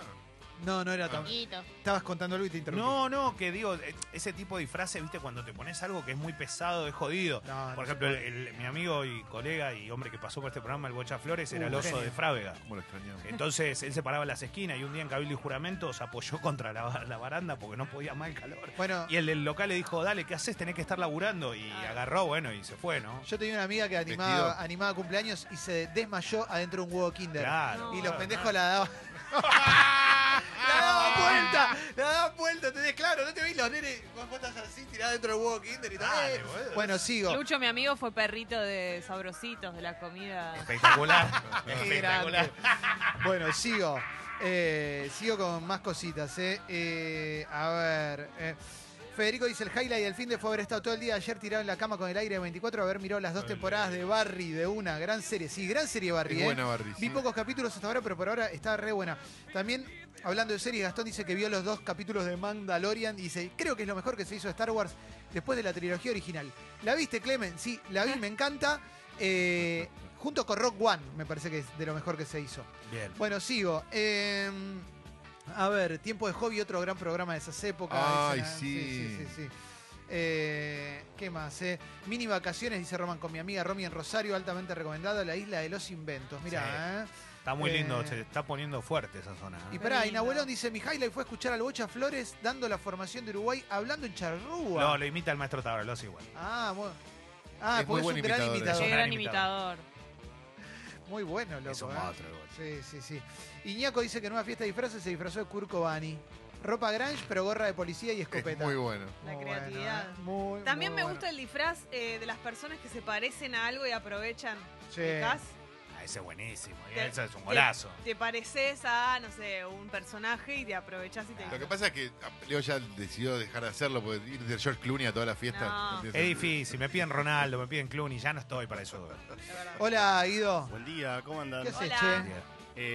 Speaker 1: No, no era
Speaker 3: Ah.
Speaker 1: tan. Estabas contando algo y te interrumpí.
Speaker 2: No, no, que digo, eh, ese tipo de disfraces, viste, cuando te pones algo que es muy pesado, es jodido.
Speaker 1: No, no
Speaker 2: por ejemplo, el- mi amigo y colega y hombre que pasó por este programa, el Bocha Flores, era
Speaker 1: Uh,
Speaker 2: el oso
Speaker 1: genio.
Speaker 2: de Frávega.
Speaker 3: ¿Cómo lo extrañamos?
Speaker 2: Entonces él se paraba en las esquinas y un día en Cabildo y Juramento se apoyó contra la, la baranda porque no podía más el calor.
Speaker 1: Bueno,
Speaker 2: Y el del local le dijo, dale, ¿qué haces? Tenés que estar laburando. Y
Speaker 4: Ah.
Speaker 2: agarró, bueno, y se fue, ¿no?
Speaker 1: yo tenía una amiga que
Speaker 3: Vestido.
Speaker 1: animaba, animaba cumpleaños y se desmayó adentro de un huevo Kinder.
Speaker 2: Claro.
Speaker 1: Y los
Speaker 2: claro,
Speaker 1: pendejos la daban. la daban vuelta, la daban vuelta, tenés claro, no te veis los nenes con botas así tiradas dentro del huevo Kinder y tal.
Speaker 2: Dale,
Speaker 1: Eh,
Speaker 2: boludo.
Speaker 1: bueno, sigo.
Speaker 4: Lucho, mi amigo, fue perrito de sabrositos de la comida.
Speaker 2: Espectacular.
Speaker 1: Qué
Speaker 2: espectacular.
Speaker 1: Bueno, sigo. Eh, sigo con más cositas, ¿eh? Eh, a ver. eh, Federico dice, el highlight del fin de fue haber estado todo el día ayer tirado en la cama con el aire de 24, haber mirado las dos temporadas de Barry de una, gran serie, sí, gran serie Barry.
Speaker 3: Es
Speaker 1: ¿eh?
Speaker 3: buena, Barry.
Speaker 1: Vi
Speaker 3: sí.
Speaker 1: pocos capítulos hasta ahora, pero por ahora está re buena. También, hablando de series, Gastón dice que vio los dos capítulos de Mandalorian y dice, creo que es lo mejor que se hizo de Star Wars después de la trilogía original. ¿La viste, Clemen? Sí, la vi, me encanta. Eh, junto con Rock One, me parece que es de lo mejor que se hizo.
Speaker 2: Bien.
Speaker 1: Bueno, sigo. Eh, a ver, Tiempo de Hobby, otro gran programa de esas épocas.
Speaker 3: Ay,
Speaker 1: Dicen, ah,
Speaker 3: sí.
Speaker 1: sí, sí, sí. Eh, ¿Qué más? eh? Mini vacaciones, dice Roman, con mi amiga Romy en Rosario, altamente recomendada, la isla de los inventos. Mirá,
Speaker 2: Sí.
Speaker 1: ¿eh?
Speaker 2: Está muy
Speaker 1: Eh,
Speaker 2: lindo, se está poniendo fuerte esa zona. ¿eh?
Speaker 1: Y pará,
Speaker 4: Qué
Speaker 1: y
Speaker 4: lindo.
Speaker 1: Nahuelón dice, mi highlight fue escuchar al Bocha Flores dando la formación de Uruguay hablando en charrúa.
Speaker 2: No, lo imita el maestro Tabarlos igual.
Speaker 1: Ah, bueno. Ah,
Speaker 3: Es
Speaker 1: porque es
Speaker 3: muy
Speaker 1: un
Speaker 3: buen
Speaker 1: gran
Speaker 3: imitador,
Speaker 1: imitador.
Speaker 4: Qué
Speaker 2: un
Speaker 4: gran
Speaker 2: gran
Speaker 4: imitador.
Speaker 1: Muy bueno, loco.
Speaker 2: Es un
Speaker 1: ¿eh?
Speaker 2: monstruo el Bocha.
Speaker 1: Sí, sí, sí. Iñaco dice que en una fiesta de disfraces se disfrazó de Kurt Cobain. Ropa grunge, pero gorra de policía y
Speaker 3: Es
Speaker 1: escopeta.
Speaker 3: muy bueno.
Speaker 4: La
Speaker 1: Muy
Speaker 4: creatividad.
Speaker 1: bueno, ¿eh? Muy,
Speaker 4: También
Speaker 1: muy
Speaker 4: me
Speaker 1: bueno.
Speaker 4: gusta el disfraz eh, de las personas que se parecen a algo y aprovechan.
Speaker 1: Sí.
Speaker 4: ubicás,
Speaker 2: Ah, ese es buenísimo. y
Speaker 4: Te-
Speaker 2: ese es un golazo.
Speaker 4: Te pareces a, no sé, un personaje y te aprovechás y te.
Speaker 3: Lo que pasa es que ah, Leo ya decidió dejar de hacerlo, porque ir de George Clooney a toda la fiesta.
Speaker 4: No.
Speaker 3: tiene
Speaker 2: Es
Speaker 3: sentido.
Speaker 2: difícil. Me piden Ronaldo, me piden Clooney. Ya no estoy para eso.
Speaker 4: la verdad.
Speaker 1: Hola, Guido.
Speaker 9: Buen día, ¿cómo andan?
Speaker 1: ¿Qué haces,
Speaker 4: Hola.
Speaker 1: che?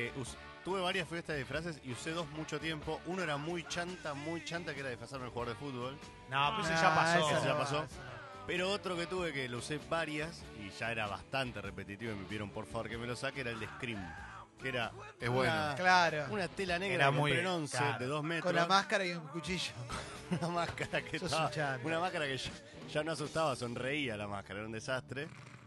Speaker 9: Eh, us- tuve varias fiestas de disfraces y usé dos mucho tiempo. Uno era muy chanta, muy chanta, que era disfrazarme de jugador de fútbol.
Speaker 2: No, pues ese
Speaker 1: Ah, esa
Speaker 2: ya
Speaker 9: Ese
Speaker 2: pasó.
Speaker 9: ya
Speaker 1: no,
Speaker 9: pasó.
Speaker 1: esa no.
Speaker 9: Pero otro que tuve que lo usé varias y ya era bastante repetitivo y me pidieron por favor que me lo saque era el de Scream. Que era
Speaker 3: Es bueno.
Speaker 9: una-
Speaker 1: Claro.
Speaker 9: una tela negra
Speaker 2: Era
Speaker 9: que compré
Speaker 2: muy-
Speaker 9: en 11
Speaker 2: claro.
Speaker 9: de dos metros.
Speaker 1: Con la máscara y un cuchillo.
Speaker 9: una máscara que
Speaker 1: Sos
Speaker 9: estaba-
Speaker 1: un chanta.
Speaker 9: una máscara que ya, ya no asustaba, sonreía la máscara, era un desastre.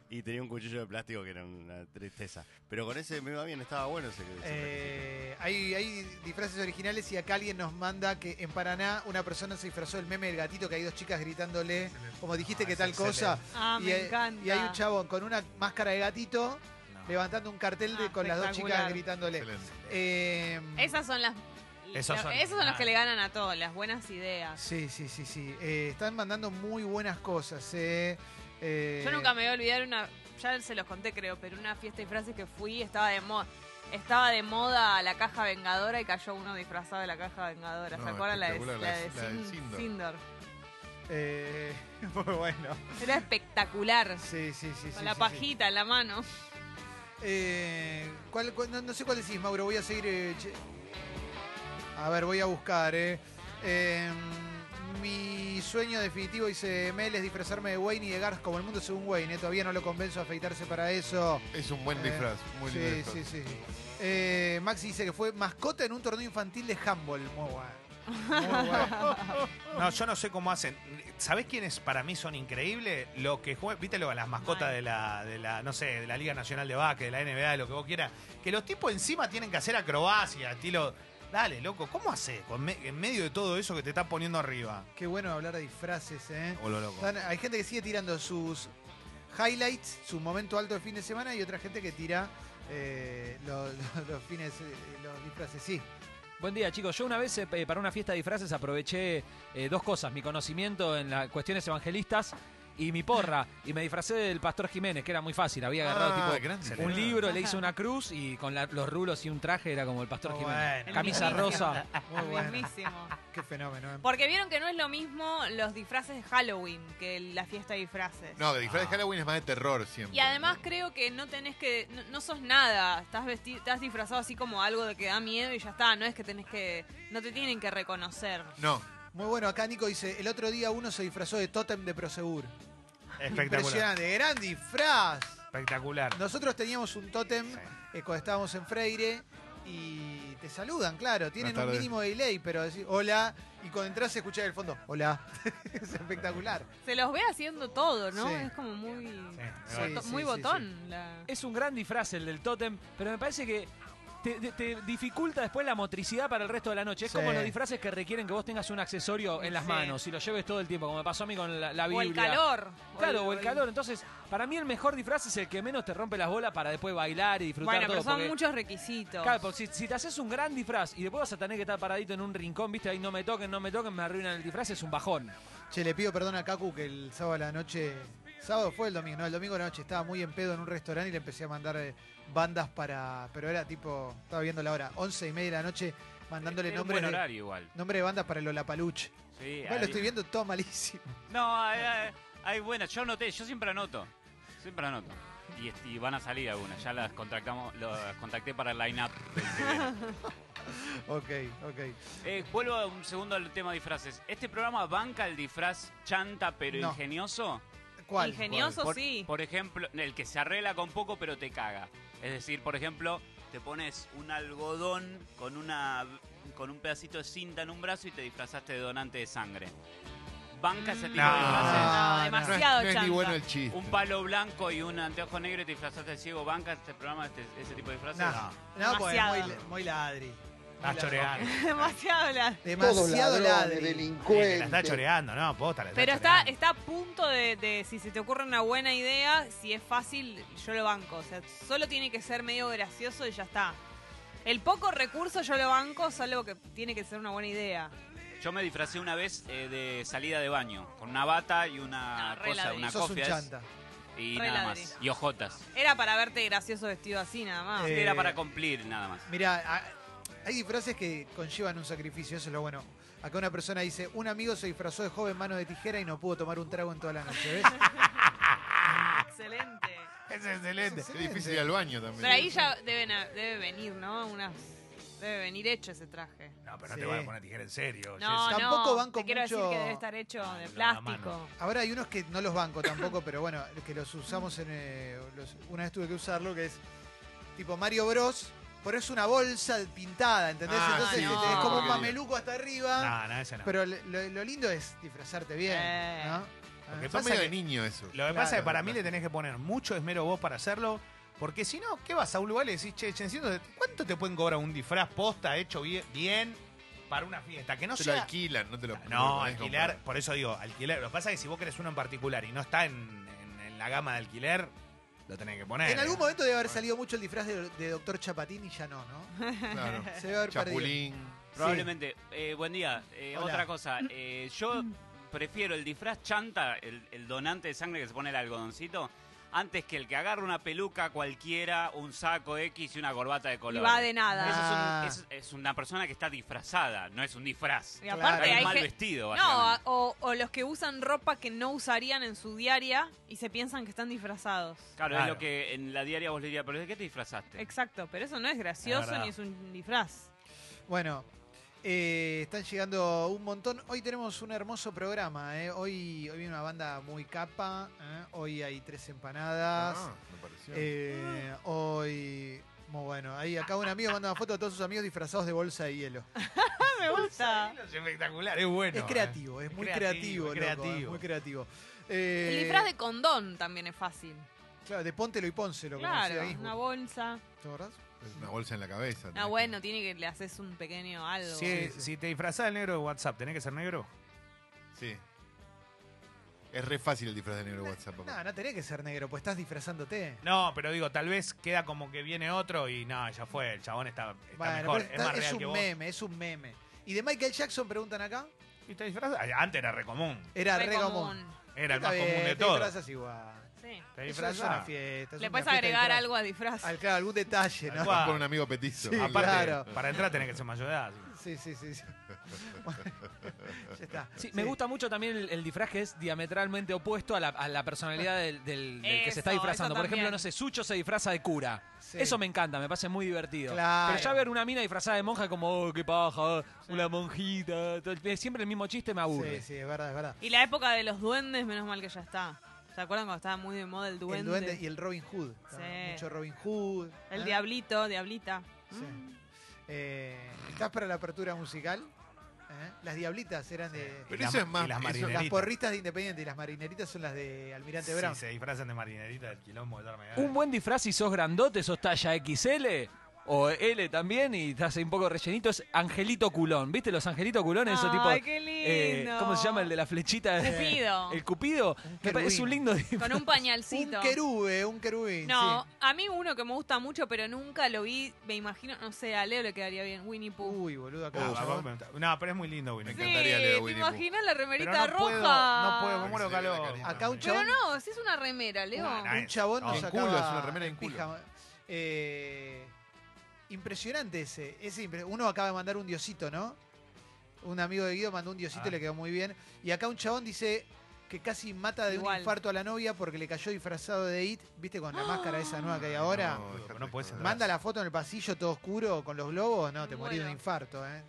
Speaker 9: Y tenía un cuchillo de plástico que era una tristeza. Pero con ese me iba bien, estaba bueno ese. ese requisito.
Speaker 1: Eh, hay, hay disfraces originales y acá alguien nos manda que en Paraná una persona se disfrazó del meme del gatito que hay dos chicas gritándole, como dijiste
Speaker 2: No,
Speaker 1: que
Speaker 2: Ah, es
Speaker 1: tal cosa.
Speaker 4: Ah,
Speaker 1: y,
Speaker 4: me
Speaker 1: hay-
Speaker 4: encanta.
Speaker 1: y hay un chabón con una máscara de gatito
Speaker 2: No.
Speaker 1: levantando un cartel de-
Speaker 4: Ah,
Speaker 1: con las dos chicas
Speaker 4: espectacular.
Speaker 1: gritándole.
Speaker 3: Excelente.
Speaker 1: Eh,
Speaker 4: Esas son las.
Speaker 2: Esos
Speaker 4: la-
Speaker 2: son-
Speaker 4: esos son los que
Speaker 2: ah.
Speaker 4: le ganan a todos, las buenas ideas.
Speaker 1: sí, sí, sí, sí. Eh, están mandando muy buenas cosas. eh. Eh,
Speaker 4: Yo nunca me voy a olvidar una, ya se los conté creo, pero una fiesta de disfraces que fui estaba de moda. Estaba de moda la caja vengadora y cayó uno disfrazado de la caja vengadora.
Speaker 3: No,
Speaker 4: ¿Se acuerdan la de,
Speaker 3: espectacular,
Speaker 4: la de
Speaker 3: la de
Speaker 4: Sin-
Speaker 3: Sindor.
Speaker 4: Sindor?
Speaker 1: eh, muy bueno.
Speaker 4: Era espectacular.
Speaker 1: Sí, sí, sí.
Speaker 4: Con
Speaker 1: sí,
Speaker 4: la
Speaker 1: sí, sí.
Speaker 4: pajita en la mano.
Speaker 1: Eh, ¿cuál- cuál- no, no sé cuál decís, Mauro. Voy a seguir. eh, che- A ver, voy a buscar. eh. Eh, mi sueño definitivo, dice Mel, es disfrazarme de Wayne y de Garth como el mundo según Wayne. eh. Todavía no lo convenzo a afeitarse para eso.
Speaker 3: Es un buen
Speaker 1: Eh,
Speaker 3: disfraz. Muy
Speaker 1: sí,
Speaker 3: lindo disfraz.
Speaker 1: sí, sí, Eh, Maxi dice que fue mascota en un torneo infantil de handball. Muy bueno. Muy bueno.
Speaker 2: No, yo no sé cómo hacen. ¿Sabés quiénes para mí son increíbles? Lo que juegan, viste lo, las mascotas
Speaker 4: Ay.
Speaker 2: de la, de la, no sé, de la Liga Nacional de Básquet, de la NBA, de lo que vos quieras. Que los tipos encima tienen que hacer acrobacia, estilo. Dale, loco, ¿cómo haces con me- en medio de todo eso que te estás poniendo arriba?
Speaker 1: Qué bueno hablar de disfraces, ¿eh?
Speaker 2: O lo loco.
Speaker 1: Están- hay gente que sigue tirando sus highlights, su momento alto de fin de semana, y otra gente que tira eh, lo- lo- los fines, eh, los disfraces. Sí,
Speaker 7: Buen día, chicos. Yo una vez eh, para una fiesta de disfraces aproveché eh, dos cosas: mi conocimiento en las cuestiones evangelistas y mi porra. Y me disfracé del pastor Jiménez, que era muy fácil. Había agarrado
Speaker 3: Ah,
Speaker 7: tipo
Speaker 3: gran
Speaker 7: un
Speaker 3: disfraz.
Speaker 7: libro, le hice una cruz y con la- los rulos y un traje era como el pastor
Speaker 1: Muy
Speaker 7: Jiménez.
Speaker 1: bueno.
Speaker 7: Camisa
Speaker 4: El mismísimo.
Speaker 7: rosa.
Speaker 1: muy
Speaker 4: El
Speaker 1: bueno.
Speaker 4: mismísimo.
Speaker 1: Qué fenómeno. ¿eh?
Speaker 4: Porque vieron que no es lo mismo los disfraces de Halloween que la fiesta de disfraces.
Speaker 3: No, el disfraz de Halloween es más de terror siempre.
Speaker 4: Y además creo que no tenés que. No, no sos nada. Estás vestido, estás disfrazado así como algo de que da miedo y ya está. No es que tenés que. No te tienen que reconocer.
Speaker 3: No,
Speaker 1: Muy bueno, acá Nico dice, el otro día uno se disfrazó de Totem de Prosegur.
Speaker 2: Espectacular.
Speaker 1: Impresionante, gran disfraz.
Speaker 2: Espectacular.
Speaker 1: Nosotros teníamos un Totem
Speaker 2: Sí.
Speaker 1: eh, cuando estábamos en Freire y te saludan, claro, tienen
Speaker 3: Buenas
Speaker 1: un
Speaker 3: tardes.
Speaker 1: mínimo de delay, pero decís hola y cuando entras escuchás el fondo, hola. es espectacular.
Speaker 4: Se los ve haciendo todo, ¿no?
Speaker 1: Sí.
Speaker 4: Es como muy.
Speaker 2: Sí,
Speaker 1: Sí,
Speaker 4: boto-
Speaker 1: sí,
Speaker 4: muy
Speaker 1: sí,
Speaker 4: botón. la-
Speaker 7: Es un gran disfraz el del tótem, pero me parece que te, te- te dificulta después la motricidad para el resto de la noche. Es
Speaker 1: Sí.
Speaker 7: como los disfraces que requieren que vos tengas un accesorio en las
Speaker 4: Sí.
Speaker 7: manos y lo lleves todo el tiempo, como me pasó a mí con la, la
Speaker 4: O
Speaker 7: Biblia.
Speaker 4: el calor.
Speaker 7: Claro, o el calor. Entonces, para mí el mejor disfraz es el que menos te rompe las bolas para después bailar y disfrutar
Speaker 4: Bueno,
Speaker 7: todo.
Speaker 4: pero son
Speaker 7: porque-
Speaker 4: muchos requisitos.
Speaker 7: Claro, porque si, si te haces un gran disfraz y después vas a tener que estar paradito en un rincón, viste, ahí no me toquen, no me toquen, me arruinan el disfraz, es un bajón.
Speaker 1: Che, le pido perdón a Kaku que el sábado a la noche. Sábado fue el domingo, no, el domingo a la noche estaba muy en pedo en un restaurante y le empecé a mandar eh, bandas para. Pero era tipo, estaba viendo la hora, once y media de la noche, mandándole
Speaker 10: Eh, Era un
Speaker 1: nombres
Speaker 10: buen
Speaker 1: de,
Speaker 10: horario igual.
Speaker 1: nombre de bandas para el Olapaluch.
Speaker 10: Sí,
Speaker 1: Bueno, lo
Speaker 10: ahí-
Speaker 1: estoy viendo todo malísimo.
Speaker 10: No, hay, hay- hay buenas. Yo anoté, yo siempre anoto. Siempre anoto. Y, est- y van a salir algunas. Ya las contractamos, las contacté para el line-up. del que viene.
Speaker 1: Ok, ok.
Speaker 10: Eh, vuelvo a un segundo al tema de disfraces. ¿Este programa banca el disfraz chanta pero
Speaker 1: No.
Speaker 10: ingenioso?
Speaker 1: ¿Cuál?
Speaker 4: Ingenioso,
Speaker 10: Por,
Speaker 4: sí.
Speaker 10: por ejemplo, el que se arregla con poco pero te caga. Es decir, por ejemplo, te pones un algodón con una con un pedacito de cinta en un brazo y te disfrazaste de donante de sangre. Banca ese tipo
Speaker 2: No.
Speaker 10: de disfraces.
Speaker 4: No,
Speaker 1: Ah,
Speaker 4: además demasiado
Speaker 3: no es ni
Speaker 4: chanta.
Speaker 3: bueno el chiste.
Speaker 10: Un palo blanco y un anteojo negro y te disfrazaste de ciego banca este programa, este, ese tipo de disfraces.
Speaker 1: Nah, no, porque es muy, muy ladri.
Speaker 2: Estás choreando.
Speaker 4: demasiado la-
Speaker 1: Demasiado ladri.
Speaker 2: Sí, la está choreando, no, posta, la está
Speaker 4: Pero está,
Speaker 2: choreando.
Speaker 4: está a punto de, de, si se te ocurre una buena idea, si es fácil, yo lo banco. O sea, solo tiene que ser medio gracioso y ya está. El poco recurso yo lo banco, solo que tiene que ser una buena idea.
Speaker 10: Yo me disfracé una vez eh, de salida de baño, con una bata y una
Speaker 4: No, re
Speaker 10: cosa,
Speaker 4: ladri.
Speaker 10: una
Speaker 1: Sos un
Speaker 10: cofia
Speaker 1: chanta.
Speaker 10: y
Speaker 4: Re
Speaker 10: nada
Speaker 4: ladri.
Speaker 10: más. Y ojotas.
Speaker 4: Era para verte gracioso vestido así nada más.
Speaker 1: Eh,
Speaker 10: Era para cumplir nada más.
Speaker 1: Mira, hay disfraces que conllevan un sacrificio, eso es lo bueno. Acá una persona dice, un amigo se disfrazó de joven mano de tijera y no pudo tomar un trago en toda la noche, ¿ves?
Speaker 4: Excelente.
Speaker 2: Es excelente.
Speaker 3: Es difícil ir al baño también.
Speaker 4: Pero ahí ya deben, a- debe venir, ¿no? Unas, debe venir hecho ese traje.
Speaker 2: No, pero no
Speaker 1: Sí.
Speaker 2: te van a poner tijera en serio.
Speaker 4: No,
Speaker 2: Jessy.
Speaker 1: Tampoco
Speaker 4: no,
Speaker 1: banco
Speaker 4: te quiero
Speaker 1: mucho-
Speaker 4: decir que debe estar hecho de
Speaker 2: la
Speaker 4: plástico.
Speaker 2: mano.
Speaker 1: Ahora hay unos que no los banco tampoco, pero bueno, que los usamos en... eh, los- una vez tuve que usarlo, que es tipo Mario Bros. Pero es una bolsa pintada, ¿entendés?
Speaker 3: Ah,
Speaker 1: Entonces
Speaker 4: sí,
Speaker 1: es
Speaker 4: sí,
Speaker 1: como un
Speaker 3: porquería.
Speaker 1: mameluco hasta arriba.
Speaker 2: No, no, eso no.
Speaker 1: Pero le- lo, lo lindo es disfrazarte bien,
Speaker 4: Eh.
Speaker 1: ¿no?
Speaker 2: Lo
Speaker 1: Ah.
Speaker 2: que
Speaker 3: Son
Speaker 2: pasa
Speaker 3: medio
Speaker 2: que-
Speaker 3: de niño eso.
Speaker 2: Lo que pasa es que
Speaker 1: Claro,
Speaker 2: para
Speaker 1: claro.
Speaker 2: mí le tenés que poner mucho esmero vos para hacerlo, porque si no, ¿qué vas a un lugar y le decís, che, Chensiento, ¿cuánto te pueden cobrar un disfraz posta hecho bien, bien para una fiesta? Que no
Speaker 3: Te lo
Speaker 2: sea...
Speaker 3: alquilan, no te lo
Speaker 2: No,
Speaker 3: no te lo podés
Speaker 2: alquilar,
Speaker 3: comprar.
Speaker 2: por eso digo, alquiler. Lo que pasa es que si vos querés uno en particular y no está en, en- en la gama de alquiler, lo tenés que poner.
Speaker 1: En algún momento debe haber salido mucho el disfraz de, de Doctor Chapatín y ya no, ¿no?
Speaker 3: Claro.
Speaker 1: Se debe haber perdido.
Speaker 3: Chapulín.
Speaker 10: Probablemente. Eh, buen día. Eh,
Speaker 1: Hola.
Speaker 10: otra cosa. eh, yo prefiero el disfraz chanta, el, el donante de sangre que se pone el algodoncito, antes que el que agarra una peluca cualquiera, un saco X y una corbata de
Speaker 4: Y
Speaker 10: color.
Speaker 4: va de nada.
Speaker 1: Ah.
Speaker 10: Eso es, un- es- es una persona que está disfrazada, no es un disfraz.
Speaker 4: Y
Speaker 1: Claro.
Speaker 4: aparte
Speaker 10: Está
Speaker 4: hay
Speaker 10: mal
Speaker 4: que...
Speaker 10: vestido,
Speaker 4: No, ah,
Speaker 10: básicamente.
Speaker 4: a- o, o los que usan ropa que no usarían en su diaria y se piensan que están disfrazados.
Speaker 10: Claro, es
Speaker 2: Claro.
Speaker 10: lo que en la diaria vos le dirías, pero ¿de qué te disfrazaste?
Speaker 4: Exacto, pero eso no es
Speaker 2: Es
Speaker 4: gracioso
Speaker 2: verdad.
Speaker 4: ni es un disfraz.
Speaker 1: Bueno, eh, están llegando un montón. Hoy tenemos un hermoso programa. ¿eh? Hoy, hoy viene una banda muy capa. ¿eh? Hoy hay tres empanadas.
Speaker 3: Ah, me pareció.
Speaker 1: Eh, hoy. Muy bueno. Ahí acá un amigo manda una foto de todos sus amigos disfrazados de bolsa de hielo.
Speaker 4: me gusta.
Speaker 2: Es espectacular, es bueno. ¿eh?
Speaker 1: es creativo, es
Speaker 2: Es
Speaker 1: muy creativo,
Speaker 2: creativo,
Speaker 1: loco,
Speaker 2: es
Speaker 1: es
Speaker 2: creativo.
Speaker 1: muy creativo. Eh,
Speaker 4: El disfraz de condón también es fácil.
Speaker 1: Claro, de póntelo y pónselo, como
Speaker 4: Claro,
Speaker 1: decía Ginsburg.
Speaker 4: una bolsa.
Speaker 1: ¿Te acordás?
Speaker 3: Es Una bolsa en la cabeza.
Speaker 4: No,
Speaker 3: tenés
Speaker 4: Ah, bueno, tiene que le haces un pequeño algo.
Speaker 2: Si,
Speaker 1: Sí, sí.
Speaker 2: si te disfrazás del negro de WhatsApp, ¿tenés que ser negro?
Speaker 3: que- Sí. Es re fácil el disfraz de negro WhatsApp. papá.
Speaker 1: No, no tenés que ser negro, pues estás disfrazándote.
Speaker 2: No, pero digo, tal vez queda como que viene otro y no, ya fue, el chabón está, está
Speaker 1: Bueno,
Speaker 2: mejor.
Speaker 1: pero
Speaker 2: Es
Speaker 1: está-
Speaker 2: más real
Speaker 1: un
Speaker 2: que vos.
Speaker 1: meme, es un meme. ¿Y de Michael Jackson preguntan acá?
Speaker 2: ¿Y te disfrazás? Ay, Antes era re común.
Speaker 1: Era
Speaker 4: Re
Speaker 1: re común.
Speaker 2: Era el
Speaker 1: Está
Speaker 2: más
Speaker 1: bien,
Speaker 2: común de
Speaker 1: te
Speaker 2: todos.
Speaker 1: disfrazas igual.
Speaker 4: Sí.
Speaker 1: Eso
Speaker 2: Te disfrazás.
Speaker 1: Es una fiesta. es
Speaker 4: Le
Speaker 1: una
Speaker 4: puedes
Speaker 1: fiesta de
Speaker 4: agregar
Speaker 1: disfraz.
Speaker 4: algo a disfraz.
Speaker 1: Al- claro, algún detalle,
Speaker 2: Tal
Speaker 1: ¿no?
Speaker 2: cual.
Speaker 3: Vas Por un amigo petizo.
Speaker 1: Sí,
Speaker 2: Aparte,
Speaker 1: claro.
Speaker 2: para entrar tenés que ser mayor de edad.
Speaker 1: Sí, sí, sí. sí. Bueno, ya está.
Speaker 7: Sí, Me gusta mucho también el, el disfraz que es diametralmente opuesto a la, a la personalidad del, del- del que se está
Speaker 4: Eso,
Speaker 7: disfrazando.
Speaker 4: eso
Speaker 7: Por ejemplo,
Speaker 4: también.
Speaker 7: no sé, Sucho se disfraza de cura.
Speaker 1: Sí.
Speaker 7: Eso me encanta, me parece muy divertido.
Speaker 1: Claro.
Speaker 7: Pero ya ver una mina disfrazada de monja como, oh, qué paja, oh, una monjita, todo el- siempre el mismo chiste me aburre.
Speaker 1: Sí, sí, es verdad, es verdad.
Speaker 4: Y la época de los duendes, menos mal que ya está. ¿Se acuerdan cuando estaba muy de moda el duende?
Speaker 1: El duende y el Robin Hood.
Speaker 4: Sí.
Speaker 1: Mucho Robin Hood.
Speaker 4: El
Speaker 1: ¿eh?
Speaker 4: diablito, diablita.
Speaker 1: Sí.
Speaker 4: Mm.
Speaker 1: Eh, ¿Estás para la apertura musical? ¿Eh? Las diablitas eran de.
Speaker 3: Pero
Speaker 2: Y
Speaker 3: eso
Speaker 2: la-
Speaker 3: es más-
Speaker 2: y las
Speaker 3: eso- las
Speaker 1: Las
Speaker 2: marineritas.
Speaker 1: porristas de Independiente y las marineritas son las de Almirante
Speaker 2: Sí,
Speaker 1: Brown.
Speaker 2: se disfrazan de marinerita del quilombo de Darme
Speaker 7: Un buen disfraz si sos grandote, sos talla XL o L también y estás ahí un poco rellenito, es Angelito Culón. ¿Viste los Angelito Culón? Esos tipos...
Speaker 4: Ay, qué
Speaker 7: eh,
Speaker 4: lindo.
Speaker 7: ¿Cómo se llama el de la flechita?
Speaker 4: Cupido.
Speaker 7: El Cupido. Me parece- es
Speaker 1: querubín.
Speaker 7: un lindo disfraz.
Speaker 4: Con un
Speaker 1: Un
Speaker 4: pañalcito.
Speaker 1: querube, un querubín.
Speaker 4: No,
Speaker 1: sí.
Speaker 4: a mí uno que me gusta mucho, pero nunca lo vi. Me imagino, no sé, a Leo le quedaría bien. Winnie Pooh.
Speaker 1: Uy, boludo, acá.
Speaker 2: Ah,
Speaker 3: Uf.
Speaker 2: va, va, va. no, pero es muy lindo, Winnie.
Speaker 3: Uh, Me
Speaker 4: sí,
Speaker 3: encantaría Leo
Speaker 4: ¿te
Speaker 3: Winnie Pooh.
Speaker 4: imaginas la
Speaker 2: Pero
Speaker 4: remerita
Speaker 2: no
Speaker 4: roja?
Speaker 2: puedo, no puedo, me
Speaker 3: Porque
Speaker 2: muero
Speaker 3: se le ve la
Speaker 2: calor.
Speaker 3: carita.
Speaker 1: Acá un
Speaker 4: Pero
Speaker 1: chabón.
Speaker 4: no, si es una remera, Leo.
Speaker 2: Nah, nah,
Speaker 1: Un chabón
Speaker 2: No,
Speaker 1: nos
Speaker 3: en
Speaker 1: sacaba
Speaker 3: culo, es una remera en culo.
Speaker 1: pijama. Eh, impresionante ese. ese impre- Uno acaba de mandar un diosito, ¿no? Un amigo de Guido mandó un diosito
Speaker 2: Ah.
Speaker 1: y le quedó muy bien. Y acá un chabón dice que casi mata de un
Speaker 4: Igual. ¡Ah!
Speaker 1: infarto a la novia porque le cayó disfrazado de It, ¿viste? Con la máscara esa nueva que hay ahora.
Speaker 3: No, dejate
Speaker 2: no podés
Speaker 3: joder.
Speaker 2: entrar.
Speaker 1: Manda la foto en el pasillo todo oscuro con los globos, no, te morís de un
Speaker 4: Bueno.
Speaker 1: infarto, ¿eh?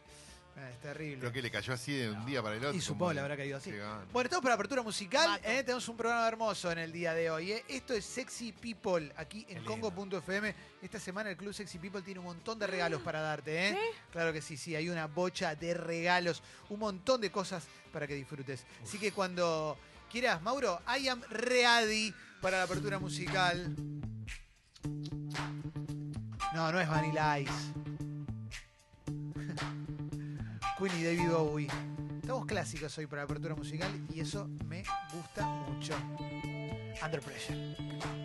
Speaker 1: Eh, Es terrible.
Speaker 3: Creo que le cayó así de un día para el otro.
Speaker 1: Y supongo
Speaker 3: como
Speaker 1: le habrá
Speaker 3: que-
Speaker 1: caído así.
Speaker 3: Llegaba.
Speaker 1: Bueno, estamos para apertura musical.
Speaker 4: Mato.
Speaker 1: ¿eh? Tenemos un programa hermoso en el día de hoy. ¿eh? Esto es Sexy People aquí en
Speaker 2: Qué lindo.
Speaker 1: Congo.fm. Esta semana el Club Sexy People tiene un montón de regalos para darte. ¿eh? Claro que sí, sí, hay una bocha de regalos, un montón de cosas para que disfrutes. Así que cuando quieras, Mauro, I am ready para la apertura musical. No, no es Vanilla Ice. Queen y David Bowie. Estamos clásicos hoy para la apertura musical y eso me gusta mucho. Under Pressure.